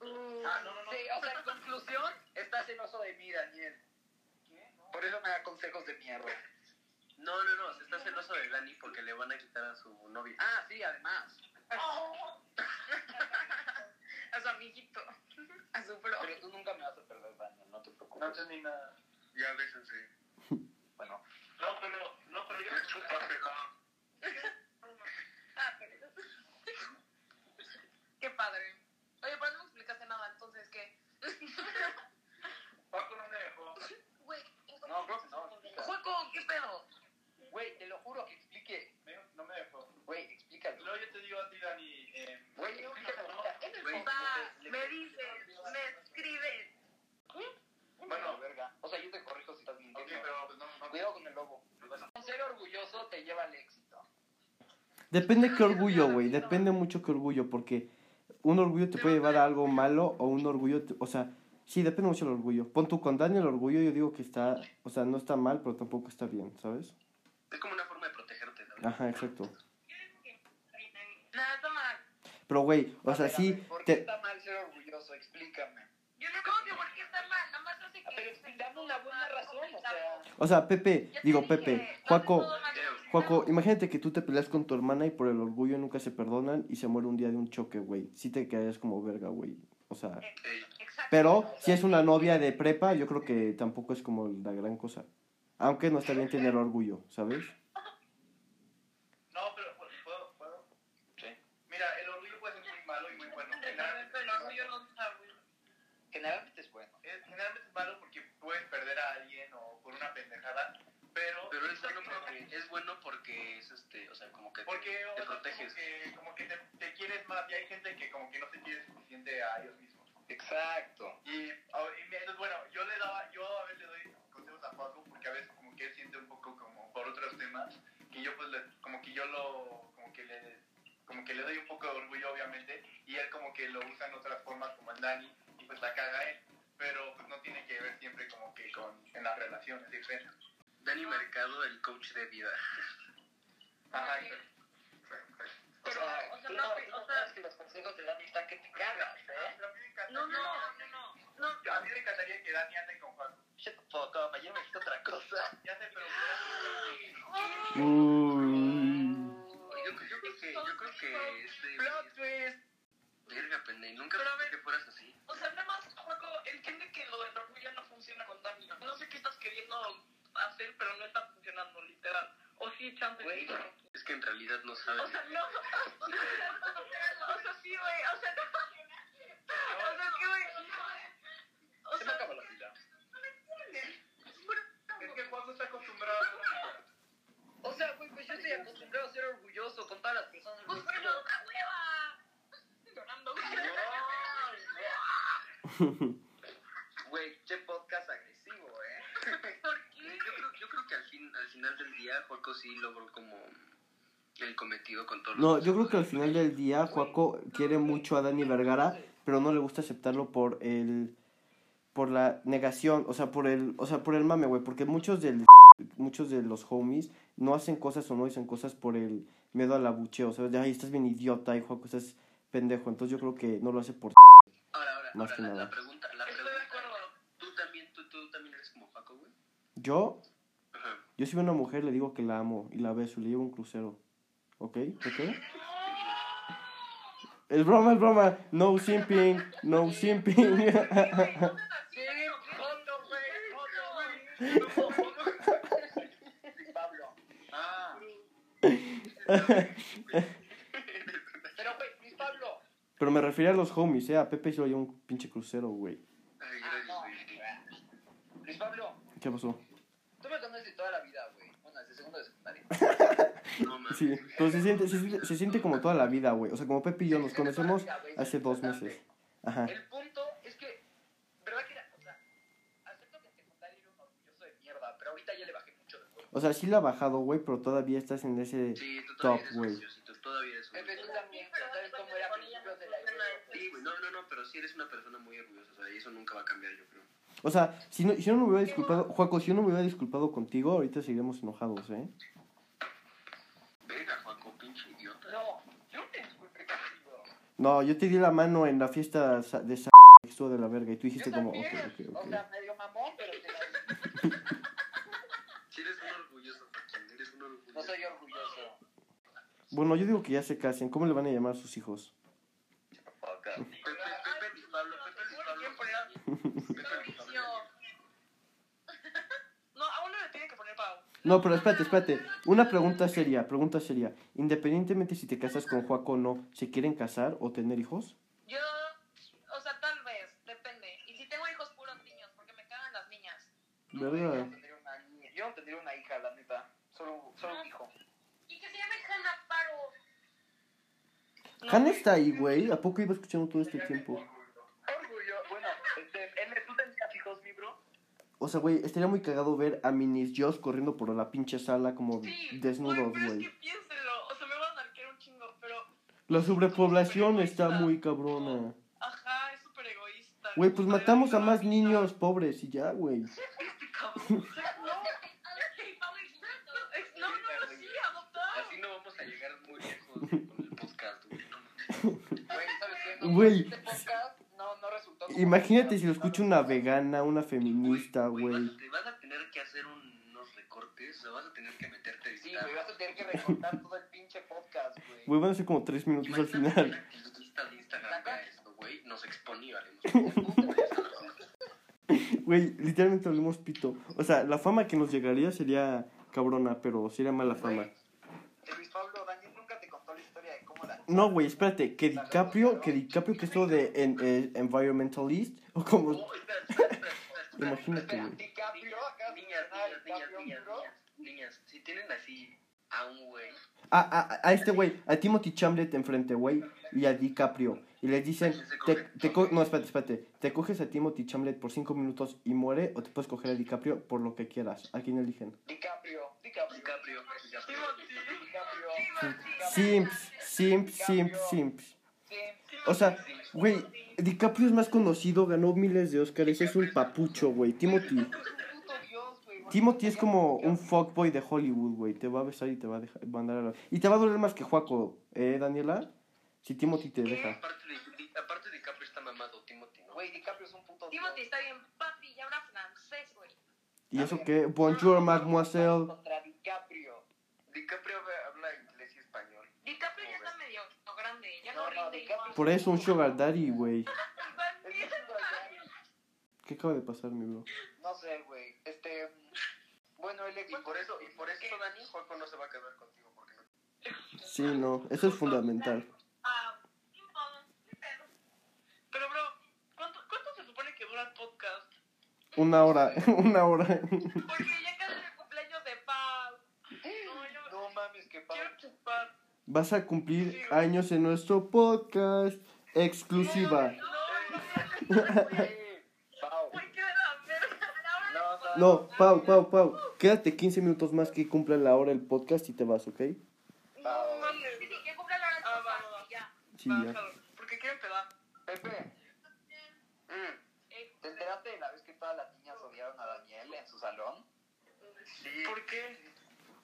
no, no, no. Sí, o sea, en conclusión, estás celoso de mí, Daniel. Por eso me da consejos de mierda.
No, no, no, se está celoso de Dani porque le van a quitar a su novia.
Ah, sí, además. Oh.
A su amiguito. A su bro.
Pero tú nunca me vas a perder, Daniel, no te preocupes.
No entendí nada.
Ya bésense.
Bueno,
No, pero, no, pero yo...
Ah,
eh,
lleva al éxito.
Depende qué orgullo, güey. Depende mucho qué orgullo, porque un orgullo te puede llevar a algo malo o un orgullo, te- o sea, sí, depende mucho del orgullo. Pon tu con Dani el orgullo, yo digo que está, o sea, no está mal, pero tampoco está bien, ¿sabes?
Es como una forma de protegerte, ¿no?
Ajá, exacto.
Nada, está mal.
Pero, güey, o
A
sea,
ver, a
sí,
ver, ¿Por qué
te...
está mal ser orgulloso? Explícame.
Yo no creo que porque está mal, nada más hace que.
Pero estoy dando una buena razón, o sea.
O sea, Pepe,
Ya te
digo
dije,
Pepe,
no hace
Juaco,
todo mal.
Juaco, imagínate que tú te peleas con tu hermana y por el orgullo nunca se perdonan y se muere un día de un choque, güey. Sí te quedarías como verga, güey. O sea,
Exacto.
pero si es una novia de prepa, yo creo que tampoco es como la gran cosa. Aunque no está bien tener orgullo, ¿sabes?
No, pero ¿puedo? ¿Puedo? puedo? Mira, el orgullo puede ser muy malo y muy bueno. Generalmente,
Pero el orgullo no es orgullo.
Generalmente es bueno.
es, generalmente es malo porque puedes perder a alguien o por una pendejada, pero...
Pero es bueno porque, es bueno porque es este, o sea, como que te-
Porque, o
te
sea, como
proteges.
que, como que te, te quieres más y hay gente que como que no se quiere suficiente a ellos mismos.
Exacto.
Y, a- y me- entonces, bueno, yo le daba, yo a veces le doy consejos a Paco porque a veces como que él siente un poco como por otros temas que yo pues le- como que yo lo, como que le, como que le doy un poco de orgullo obviamente y él como que lo usa en otras formas como el Dani y pues la caga él, pero pues no tiene que ver siempre como que con, en las relaciones diferentes.
Dani Mercado, el coach de vida.
Ajá,
Sí.
exacto.
O
Pero,
sea,
o sea,
tú
no,
no,
o
tú
sea-
sabes que los consejos de Dani están que te cagas, ¿eh?
Pero a mí me encanta-
No, no, no, no, no.
yo- A mí me encantaría que Dani ande con Juan.
Shut the fuck up, ayer me dijiste otra cosa.
Ya sé, pero...
Oh.
Mm.
Uy.
Yo, yo creo que, yo creo que este,
Plot twist.
verga, pendejo, nunca
Pero a
pensé
ver.
que fueras así.
O sea, nada más, Juaco, entiende que lo del orgullo no funciona con Dani. No sé qué estás queriendo hacer, pero no está funcionando, literal. O sí, chance.
Güey.
sí.
Es que en realidad no sabes.
O sea, no. O sea, sí, güey. O sea, no. O sea, es que, güey. O
Se me
sea,
acabó la pila.
Es que Juan no está acostumbrado a...
O sea, güey, pues yo estoy acostumbrado a ser orgulloso con todas las personas.
Pues
güey,
bueno, ¡ah, hueva! Estoy llorando, güey.
pero- Güey, qué podcast agresivo, ¿eh?
¿Por
Yo
qué?
creo, yo creo que al, fin, al final del día, Juaco sí logró como el cometido con todos
No,
los-
yo creo que al final del día Juaco quiere mucho a Dani Vergara, pero no le gusta aceptarlo por el por la negación, o sea, por el, o sea, por el mame, güey, porque muchos del muchos de los homies no hacen cosas o no dicen cosas por el miedo al abucheo, ¿sabes? De, ay, estás bien idiota, y Juaco estás pendejo, entonces yo creo que no lo hace por
Ahora, ahora,
Más
ahora,
que
la,
nada.
la pregunta, la
estoy de
pregunta.
acuerdo.
¿Tú también, tú, tú también eres como Juaco, güey?
yo,
Ajá.
yo si veo a una mujer le digo que la amo y la beso y le llevo un crucero. ¿Ok? ¿Ok? Es broma, es broma. No simping, no simping.
Sí, Joto, güey, Joto, güey. Pablo.
Ah,
Pero, güey, Luis Pablo.
Pero me refería a los homies, ¿eh? A Pepe se lo lleva un pinche crucero, güey.
ay,
Ah,
gracias,
no.
güey.
Luis Pablo,
¿Qué pasó?
tú me conoces de toda la vida, güey. Bueno, desde segundo de secundaria.
No, mames.
Sí, pero se siente, se, siente- se siente como toda la vida, güey. O sea, como Pepe y yo nos conocemos hace dos meses. Ajá.
El punto es que, ¿verdad que era? O sea, acepto que en secundaria era un orgulloso de mierda, pero ahorita ya le bajé mucho de huevo.
O sea, sí la ha bajado, güey, pero todavía estás en ese...
Sí, tú todavía
Top,
eres
güey.
graciosito, todavía eres un-
Pepe, tú también, pero ¿sabes cómo era a principios de la idea?
Sí, güey, no, no, no, pero sí eres una persona muy orgullosa, o sea, y eso nunca va a cambiar, yo creo.
O sea, si, no, si yo no me hubiera disculpado... Juaco, si yo no me hubiera disculpado contigo, ahorita seguiríamos enojados, ¿eh?
Venga, Juaco, pinche idiota.
No, yo no te disculpe contigo.
No, yo te di la mano en la fiesta sa- de esa... Estuvo de la verga y tú dijiste
Yo
como...
también,
Ok, ok,
o
ok.
sea, medio mamón, pero te la disculpo.
Sí eres un orgulloso, Joaquín, eres un orgulloso.
no soy orgulloso.
Bueno, yo digo que ya se casen. ¿Cómo le van a llamar a sus hijos?
Pepe, Pepe, Luis Pablo, Pepe, Luis Pablo. Pepe, Luis Pablo.
No, a uno le tiene que poner pago.
No, pero espérate, espérate. Una pregunta seria, pregunta seria. Independientemente si te casas con Juaco o no, ¿se quieren casar o tener hijos?
Yo, o sea, tal vez, depende. Y si tengo hijos puros niños, porque me cagan las niñas.
Yo
¿Verdad?
no tendría una niña- yo no tendría una hija, la neta. Solo, solo un hijo.
Y que se llame Hanna Paro.
Han está ahí, güey. ¿A poco iba escuchando todo este tiempo?
Orgullo, bueno, este, M, ¿tú tendrías hijos, mi bro?
O sea, güey, estaría muy cagado ver a Minis Joss corriendo por la pinche sala como
Sí,
desnudos,
güey, Pero
güey.
es que piénselo, o sea, me van a arquear un chingo, pero
La sobrepoblación
Pero
está
egoísta.
muy cabrona.
ajá, es súper egoísta.
Güey, pues
Súper
matamos a más
egoísta.
niños pobres y ya, güey.
Cabrón. No, es- no, no,
güey.
sí, adoptar.
Así no vamos a llegar muy lejos güey, con el podcast, güey. No
Güey,
mames.
¿sabes qué? No,
Güey.
este podcast no, no resultó. como-
Imagínate si lo escucha una vegana, una feminista, güey.
Vas, a- te vas a tener que hacer unos recortes, o sea, vas a tener que meterte a
Sí,
editar.
güey, vas a tener que recortar todo el pinche podcast, güey.
Güey, van a ser como tres minutos Pues, al
Imagínate que
final.
la activista de Instagram vea esto, güey. Nos exponía, ¿vale?
Güey, literalmente hablemos pito. O sea, la fama que nos llegaría sería cabrona, pero sería mala fama.
Güey, el Luis Pablo Daniel nunca te contó la historia de cómo la.
No, güey, espérate, que DiCaprio, que DiCaprio que esto de en- eh, environmentalist, o como...
Oh, espera, espera, espera, espera, espera.
Imagínate,
Espera,
güey.
DiCaprio, acá
Niñas, niñas, niñas, niñas,
puro.
niñas, niñas, si tienen así a un güey,
A, a, a este güey, a Timothy Chamlet enfrente, güey, y a DiCaprio. Y les dicen, te, te co- no, espérate, espérate, te coges a Timothy Chamlet por cinco minutos y muere, o te puedes coger a DiCaprio por lo que quieras. ¿A quién eligen?
DiCaprio, DiCaprio,
DiCaprio, DiCaprio,
Timothy,
DiCaprio.
Simps, simps, simps, simps.
Sí,
O sea, güey, DiCaprio es más conocido, ganó miles de Oscars, es un papucho, güey. Timothy,
puto Dios, güey.
Timothy es como un fuckboy de Hollywood, güey. Te va a besar y te va a dejar, mandar a la... Y te va a doler más que Juaco, ¿eh, Daniela? Si Timothy te deja.
Aparte de, aparte de Capri está mamado Timothy, ¿no?
Güey, DiCaprio es un puto Dios.
Timothy está bien, papi, y habla francés, güey.
¿Y eso qué? Bonjour, mademoiselle.
Contra DiCaprio.
DiCaprio habla- habla inglés y español.
DiCaprio ya está medio grande, ya no,
No, no,
rinde igual.
DiCaprio.
Por eso un sugar daddy, güey.
Es un sugar daddy.
¿Qué acaba de pasar, mi bro?
No sé, güey. Este. Bueno, él
Y por eso, y por eso Dani, Juaco no se va a quedar contigo porque no.
Sí, no, eso es fundamental.
Ah, ni modo, ni pedo. Pero, bro, ¿cuánto, ¿cuánto se supone que dura el podcast?
Una hora, una hora.
Porque ya casi el cumpleaños de Pau. No, yo
No mames, que padre.
quiero chupar.
Vas a cumplir años en nuestro podcast. Exclusiva.
No, güey,
Güey, Pau.
güey, qué de la verga.
No, no.
No, Pau, Pau, Pau. Quédate 15 minutos más que cumpla la hora el podcast y te vas, ¿ok?
Pau.
No mames.
Sí, sí, que cumpla la hora del
Ah, va,
papá,
va, va.
y ya.
Sí, ya.
Bájalo, Porque quieren pedar.
Pepe. Mm.
Este,
Eh,
¿Te enteraste de la vez que todas las niñas odiaron a Daniel en su salón?
Sí,
¿Por qué?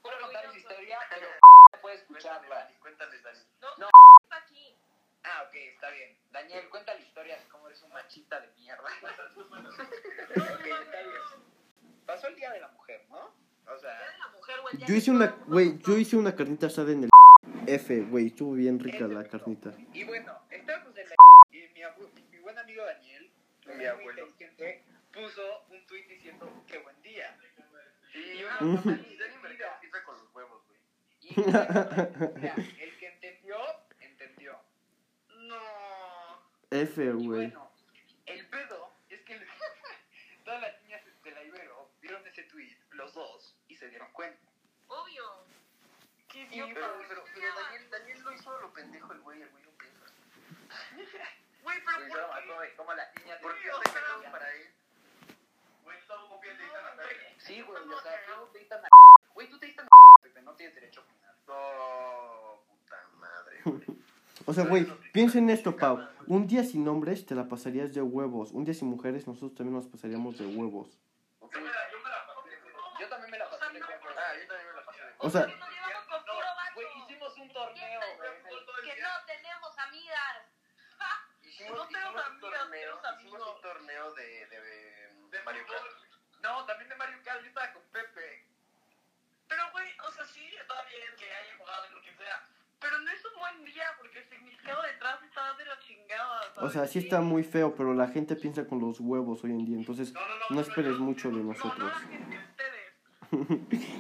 Puedo contar esa historia, pero no puede
cuéntale,
escucharla.
Dani, cuéntales, Dani.
está aquí.
Ah, ok, está bien. Daniel, cuenta la historia de cómo eres un machista de mierda. ok, está bien. Pasó el Día de la Mujer, ¿no? O
Ya
sea,
de la mujer, güey, ya
Yo
de
hice
todo.
una, güey, yo hice una carnita asada en el F, güey. Estuvo bien rica la carnita.
y bueno, estábamos en la... Y mi, abu- mi- mi buen amigo Daniel, que
Mi
es muy
abuelo.
inteligente, puso un tuit diciendo, qué buen día.
Sí,
Y
una-
una
Ujú.
Dani, Dani Mercado empieza con los huevos, güey.
Y mira, el que entendió, entendió.
No.
F,
Y
güey.
bueno, el pedo es que lo- todas las niñas de la Ibero vieron ese tweet, los dos, y se dieron cuenta.
Obvio.
Qué
Pero,
idiota.
pero, pero Daniel, Daniel lo hizo a lo pendejo el güey, el güey no piensa.
Güey, pero
Y
¿por
yo,
qué?
como, como las niñas de
¿Por qué
o
está
sea,
cagado para él?
Güey, estaba copiando y
No, güey.
Sí, güey, o sea, tú te diste a Güey, tú te diste a Pepe, no tienes derecho a opinar.
No, puta madre, güey.
O sea, güey, piensa en esto, Pau. Un día sin hombres te la pasarías de huevos. Un día sin mujeres nosotros también nos pasaríamos de huevos.
Yo me la- yo me la pasé, güey.
Yo también me la pasé de huevo.
Ah, yo también me la pasé. de
O sea,
que nos llevamos con puro vato.
Güey, hicimos un torneo, güey.
Que no tenemos amigas.
Hicimos,
No tengo
hicimos un
amigas,
torneo,
quiero
hicimos
amigos.
un torneo de, de, de Mario Kart.
No, también de Mario Kart, yo estaba con Pepe.
Pero, güey, o sea, sí, está bien que haya jugado y lo que sea. Pero no es un buen día porque el significado detrás está de la chingada.
O
¿sabes?
sea, sí está muy feo, pero la gente piensa con los huevos hoy en día. Entonces, no esperes mucho de
No, no
nosotros.
la gente, ustedes.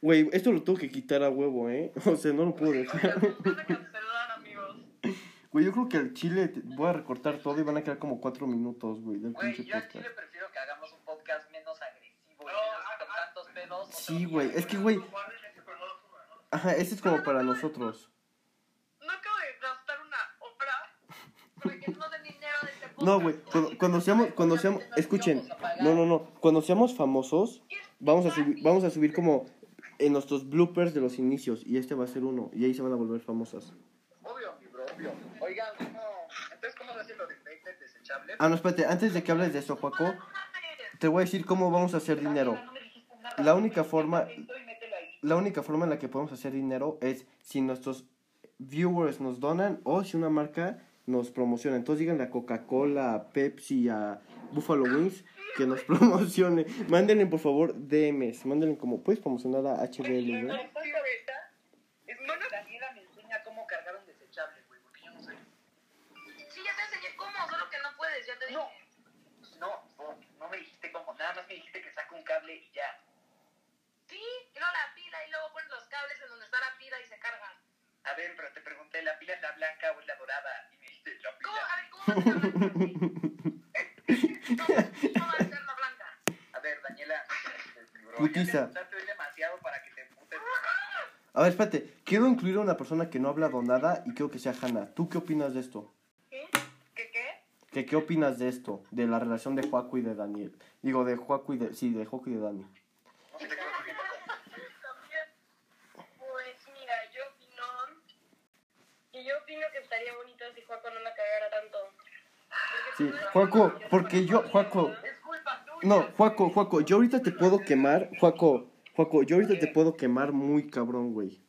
Güey, esto lo tengo que quitar a huevo, ¿eh? O sea, no lo puedo
O
dejar.
sea, van a cancelar, amigos.
Güey, yo creo que al chile te- voy a recortar todo y van a quedar como cuatro minutos, güey, del pinche
Güey, yo al
podcast.
chile prefiero que hagamos un podcast menos agresivo,
No,
menos
ah,
con
ah,
tantos pedos. o
Sí,
sea,
güey, es que, güey, ajá, este es como para nosotros.
No acabo de gastar una obra
Porque no tenemos dinero de este
No, güey, cuando, cuando seamos, cuando seamos, escuchen, no, no, no, cuando seamos famosos, vamos a subir, vamos a subir como en nuestros bloopers de los inicios, y este va a ser uno, y ahí se van a volver famosas.
Obvio, mi bro, obvio. Oigan, no. Entonces, ¿cómo se hace lo de Beyblade desechable?
Ah, no, espérate, antes de que hables de eso, Paco, te voy a decir cómo vamos a hacer dinero. La única forma, la única forma en la que podemos hacer dinero es si nuestros viewers nos donan o si una marca nos promociona. Entonces díganle a Coca-Cola, a Pepsi, a Buffalo Wings que nos promocione. Mándenle por favor DMs, mándenle como puedes promocionar a HBL, ¿no?
Aparte ahorita, es que Daniela me enseña cómo cargar un desechable, güey, porque yo no sé.
Sí, ya te enseñé cómo, solo que no puedes, ya te dije.
No, no, no, no me dijiste cómo, nada más me dijiste que saco un cable y ya.
Sí, y luego la pila y luego pones los cables en donde está la pila y se cargan.
A ver, pero te pregunté, ¿la pila es la blanca o es la dorada? Y me dijiste, la
¿Cómo?
pila.
A ver, ¿cómo vas a cargar esto? No, no va a ser la blanca.
A ver, Daniela, este, mi bro,
Putiza.
ya te abusaste hoy demasiado para que te putes.
A ver, espérate, quiero incluir a una persona que no ha hablado nada y quiero que sea Hanna. ¿Tú qué opinas de esto?
¿Qué, qué?
¿Qué, qué opinas de esto? De la relación de Juaco y de Daniel. Digo, de Juaco y de... Sí, de Juaco y de Dani.
No sé qué.
También, pues mira, yo opino. Y yo opino que estaría bonito si Juaco no la cagara tanto. Porque
Sí,
tú no-
Juaco, porque yo... Juaco,
Es culpa tuya.
No, Juaco, Juaco, yo ahorita te puedo quemar, Juaco, Juaco, yo ahorita te puedo quemar muy cabrón, güey.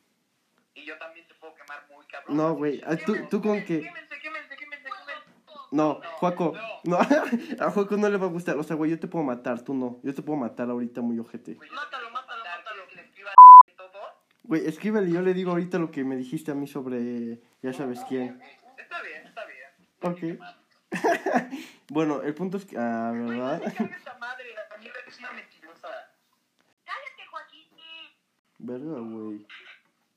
Y yo también te puedo quemar muy cabrón.
No, güey, ah, tú, tú con que...
Quémense, quémense, quémense, quémense.
No, Juaco, no, a Juaco no le va a gustar, o sea, güey, yo te puedo matar, tú no, yo te puedo matar ahorita muy ojete.
Güey, yo
Mátalo, mátalo,
matar,
mátalo.
¿quieres que le escriba todo?
Güey, escríbele, yo le digo ahorita lo que me dijiste a mí sobre, ya sabes ¿Pues quién.
Está bien, está bien.
Ok. Bueno, el punto es que, ah, ¿verdad?
Esta madre, la mierda es una mentirosa.
Cállate, Joaquín.
Verga, güey.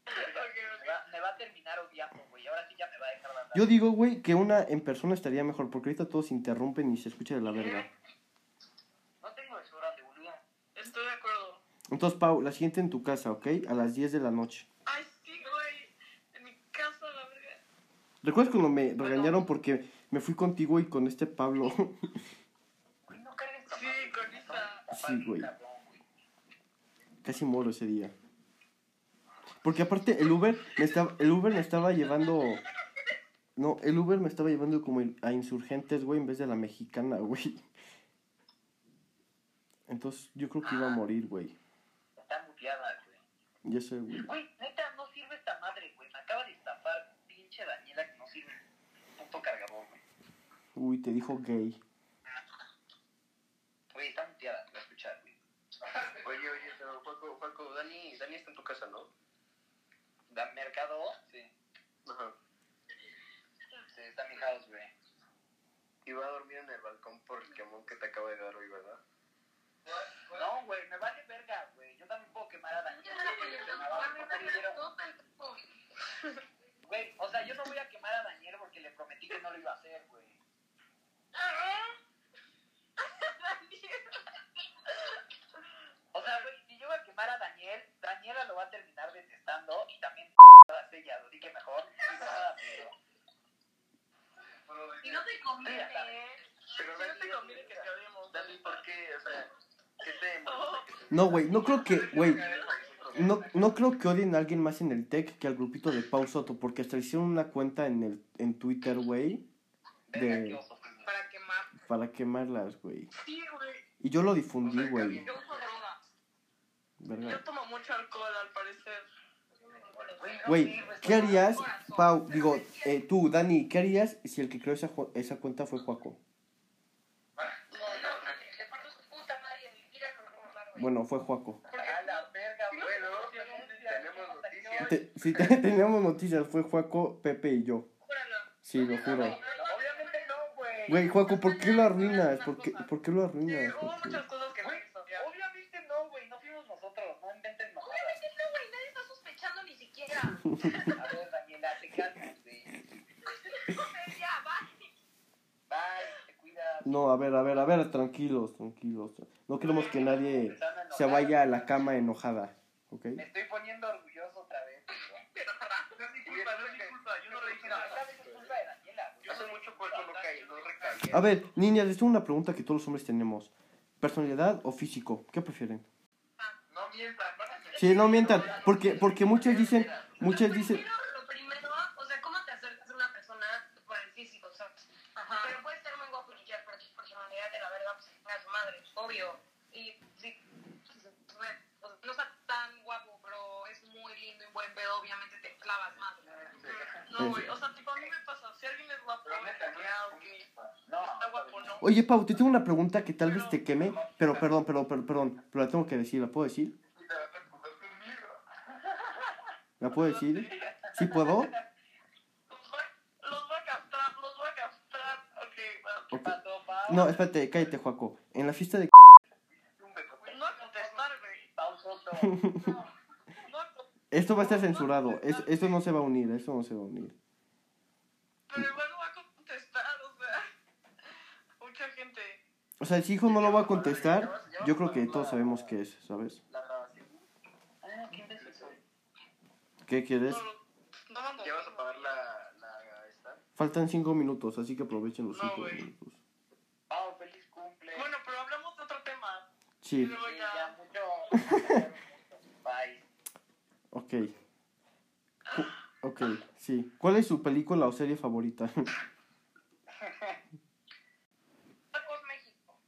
Me va, me va a terminar odiando, güey. Ahora sí ya me va a dejar hablar.
Yo digo, güey, que una en persona estaría mejor, porque ahorita todos se interrumpen y se escucha de la verga.
No tengo desodorante, boludo.
Estoy de acuerdo.
Entonces, Pau, la siguiente en tu casa, ¿ok? A las 10 de la noche.
Ay, sí, güey. En mi casa, la verga.
¿Recuerdas cuando me regañaron porque me fui contigo y con este Pablo?
Güey, no cargues esta
Sí,
madre,
con esa.
Sí, güey.
cabrón, güey.
Casi muero ese día. Porque aparte el Uber me estaba, el Uber me estaba llevando. No, el Uber me estaba llevando como in- a insurgentes, güey, en vez de la mexicana, güey. Entonces yo creo que iba a morir, güey.
Está muteada, güey.
Ya sé, güey.
Güey, neta, no sirve esta madre, güey. Me acaba de estafar pinche Daniela que no sirve. Puto cargador, güey.
Uy, te dijo gay.
Güey, está muteada, te voy a escuchar, güey.
Oye, oye, pero Juaco, Juaco, Dani, Dani está en tu casa, ¿no?
¿Da mercado? Sí.
Ajá.
Sí, está en mi house, güey.
Y va a dormir en el balcón por el quemón que te acaba de dar hoy, ¿verdad?
No, güey, me vale verga, güey. Yo también puedo quemar a Daniela. güey, porque me va a- porque me dieron- Güey, o sea, yo no voy a quemar a Daniel porque le prometí que no lo iba a hacer, güey. O sea, güey, si yo voy a quemar a Daniel, Daniela lo va a terminar detestando y también todas ellas, así que mejor. no nada, pero-
Y no te conviene.
Pero
Si no te conviene que te hablemos.
Dani, ¿por qué? O sea, ¿qué te molesta? que te-
No, güey, no creo que, güey.
Nosotros,
No, no creo que odien a alguien más en el tech que al grupito de Pau Soto, porque hasta le hicieron una cuenta en el en Twitter, güey,
Verga,
De-
qué oso, güey.
Para quemar.
para quemarlas, güey.
Sí, güey.
Y yo lo
o sea,
difundí,
que
güey.
alguien-
Yo uso droga.
¿verdad?
Yo tomo mucho alcohol, al parecer.
Güey, no
Güey,
sirve,
¿qué
está-
harías, Pau? Digo, eh, tú, Dani, ¿qué harías si el que creó esa, ju- esa cuenta fue Juaco? Bueno, fue Juaco.
A la verga, güey.
Bueno,
no
tenemos noticias.
Te- sí, te- teníamos noticias, fue Juaco, Pepe y yo. Sí, lo juro.
Obviamente no, güey.
Güey, Juaco, ¿por qué lo arruinas? ¿Por qué, por qué lo arruinas?
Hubo
Joaco?
muchas cosas que no
Güey,
sabía.
Obviamente no, güey. No fuimos nosotros. No inventen mamadas.
Obviamente no, güey, nadie está sospechando ni siquiera.
A ver, Daniela, te calmas, güey.
Ya, va.
Bye, te cuidas.
No, a ver, a ver, a ver, tranquilos, tranquilos. No queremos que nadie
Están enojadas.
se vaya a la cama enojada, ¿ok?
Me estoy poniendo orgulloso otra vez. güey.
No es mi culpa, no es mi culpa. Yo no le dije
No,
nada.
esta vez es culpa de Daniela, güey.
hace mucho cuerpo no cae, Pues no recae.
A ver, niñas, les tengo una pregunta que todos los hombres tenemos. ¿Personalidad o físico? ¿Qué prefieren?
No mientan, van a ser-
Sí, no mientan, porque, porque muchas dicen, muchas
Pues
dicen,
Lo primero, o sea, ¿cómo te acercas a una persona por
pues,
el físico, sabes? Pero puede ser muy guapo y ya, pero su personalidad de la verdad, pues, a su madre, obvio. Y sí,
Re- o sea, no está tan guapo, pero es muy lindo y buen pedo, obviamente te clavas más.
No, güey, o sea, tipo, a mí me pasa, si alguien es guapo,
Pero neta, no es
ya, ok, está guapo, no.
oye, Pau, te tengo una pregunta que tal vez te queme, pero perdón, perdón, perdón, perdón, pero la tengo que decir, ¿la puedo decir?
Y te vas a acusar conmigo.
¿La puedo decir? ¿Sí puedo?
Los va, los va a castrar, los va a castrar. Ok, bueno, ¿qué
Ok.
pasó, Pau?
No, espérate, cállate, Juaco. En la fiesta de...
Güey, No va a contestar, güey. No va a contestar,
Esto va a estar censurado, es- esto no se va a unir, esto no se va a unir.
pero igual no va a contestar, o sea. Mucha gente.
O sea, si hijo no lo va a contestar, yo creo que todos sabemos qué es, ¿sabes?
La grabación. Ah, qué imbécil soy.
¿Qué quieres?
No, lo- no mando.
¿Ya vas a pagar la, la esta?
Faltan cinco minutos, así que aprovechen los
No,
cinco
güey.
minutos.
Pau, Ah, feliz cumple.
Bueno, pero hablamos de otro tema.
Sí,
Luego
Sí, ya
ya.
mucho. Bye.
ok. Cu- Ok, sí. ¿Cuál es su película o serie favorita?
Narcos México.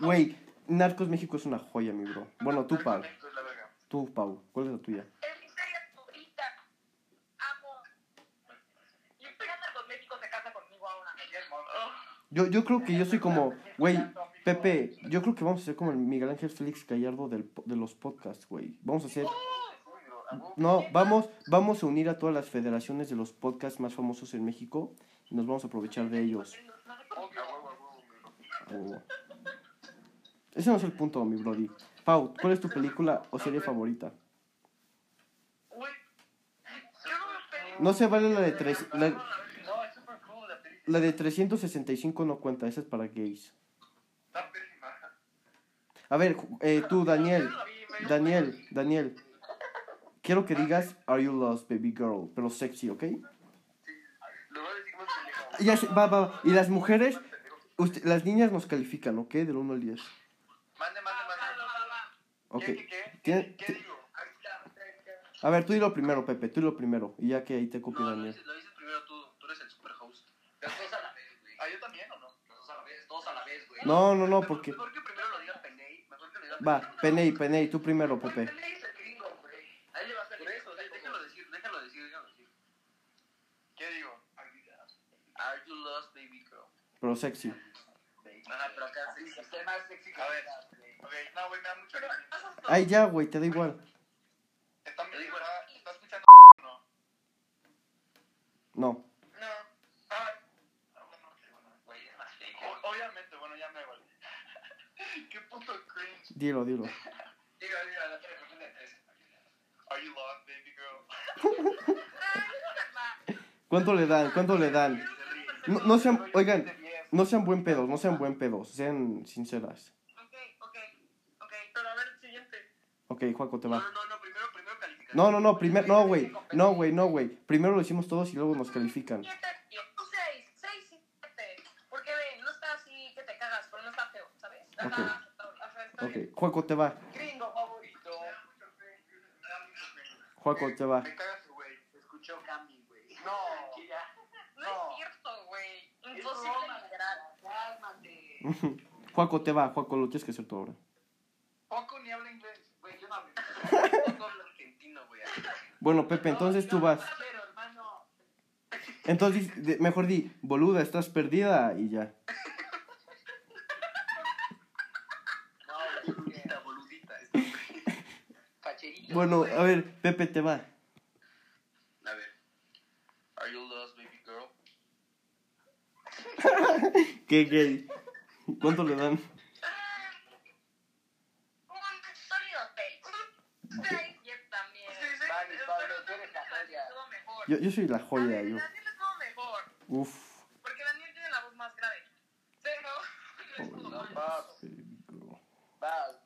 Güey, Narcos México es una joya, mi bro. Bueno, tú, Pau.
Esto es la verga.
Tú, Pau. ¿Cuál es la tuya?
Es mi serie favorita. Amo. Y estoy en Narcos México se casa conmigo ahora.
Yo, yo creo que yo soy como, güey, Pepe, yo creo que vamos a ser como el Miguel Ángel Félix Gallardo del, po- de los podcasts, güey. Vamos a hacer... No, vamos, vamos a unir a todas las federaciones de los podcasts más famosos en México y nos vamos a aprovechar de ellos.
Obvio, a huevo, a huevo, mi bro.
A huevo. Ese no es el punto, mi brody. Pau, ¿cuál es tu película o serie favorita?
Güey. Yo no veo películas.
No se vale la de tres, la,
No, es super cool la peli.
la de 365 no cuenta, esa es para gays.
Está pésima.
A ver, ju- eh, tú, Daniel,
Yo no la vi, me-
Daniel, Daniel. Quiero que digas Are You Lost, Baby Girl, pero sexy, ¿ok?
Lo voy a decir más pendejo.
Ya, sé, va, va, va. Y las mujeres, usted- las niñas nos califican, ¿ok? Del 1 al 10.
Mande, mande, mande.
Ok.
¿Qué, qué,
Tiene-
qué? ¿Qué digo?
A ver, tú dilo primero, Pepe, tú dilo primero. Y ya que ahí te copio,
No, lo
Daniel.
dices, lo dices primero tú, tú eres el super host.
Las dos a la vez, güey. Ah, yo también o no? Las dos a la vez, todos a la vez, güey.
No, no, no, porque.
Mejor que primero lo diga Peney. Mejor que lo diga
Va, Peney, Peney, tú primero, Pepe.
Peney es el gringo, güey. A él le va a salir.
Por eso, dé- déjalo decir, déjalo decir, déjalo decir.
¿Qué digo?
Are you lost, baby girl?
Pero sexy.
Ajá, pero
Ah,
acá sí.
Usted más sexy que
A ver.
nada, güey.
Ok, no, güey, me da mucho cariño.
Ay, ya, güey, te da igual.
Está muy
digo,
está- está escuchando no.
No.
No. Ah, bueno, sí, bueno, güey, es más fake. O- Obviamente, bueno, ya me vale. Qué puto cringe.
Dilo, dilo.
Diga, diga, la tres, la tres. Are you lost, baby girl?
¿Cuánto le dan? ¿Cuánto le dan? No, no sean, oigan, no sean buen pedos, no sean buen pedos, sean sinceras.
Ok, ok, ok.
Pero a ver, siguiente.
Ok, Juaco, te
No,
va.
no, no, no, primero, primero califica.
No, no, no, primero, no, güey, no, güey, no, güey. Primero lo hicimos todos y luego nos califican.
siete, tú seis, seis y siete. Porque ve, no está así que te cagas, pero no está feo, ¿sabes? Está
Ok.
aceptable. Ajá, está bien.
Ok, Juaco, te va.
Gringo favorito.
Juaco, te va.
Me cagas, güey. Escuchó Cami, güey. No.
No es cierto, güey. Imposible
broma.
literal.
Cálmate.
Juaco, te va, Juaco, lo tienes que hacer tú ahora.
Poco ni habla inglés. Güey, yo no hablo inglés.
Poco habla argentino, güey.
Bueno, Pepe, entonces tú vas.
Pero, hermano.
Entonces, di- mejor di, boluda, estás perdida y ya.
No, boludita, boludita. este Pacherito.
Bueno, a ver, Pepe, te va.
A ver. Are you lost, baby girl?
Qué gay. ¿Cuánto le dan?
Ah, Un sólido seis. Un seis, yo también.
Sí, sí,
Vale,
pero
Pablo,
no
tú eres la
Daniel
joya.
estuvo mejor.
Yo, yo soy la
A
joya,
ver,
yo.
Daniel estuvo mejor.
Uf.
Porque Daniel tiene la voz más grave. Pero.
Vas.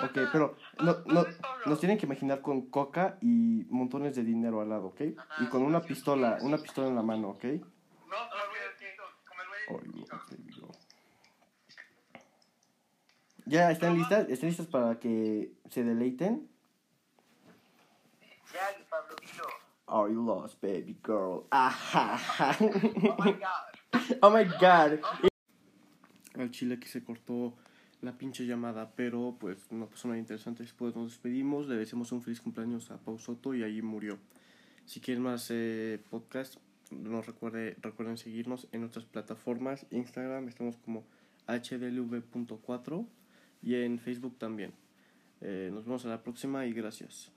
Ok, pero no, no, nos tienen que imaginar con coca y montones de dinero al lado, ¿ok? Y con una pistola, una pistola en la mano, ¿ok?
No, no, güey,
Oh, no, there we go. ¿Ya están listas? ¿Están listas para que se deleiten?
Ya, Pablo, dilo.
Are you lost, baby girl? Ajá.
Oh my god.
Oh my god. Al chile que se cortó la pinche llamada, pero pues no pasó nada interesante. Después nos despedimos, le deseamos un feliz cumpleaños a Pau Soto y ahí murió. Si quieren más eh, podcast, nos recuerde, recuerden seguirnos en nuestras plataformas. Instagram estamos como hdlv.4 y en Facebook también. Eh, nos vemos a la próxima y gracias.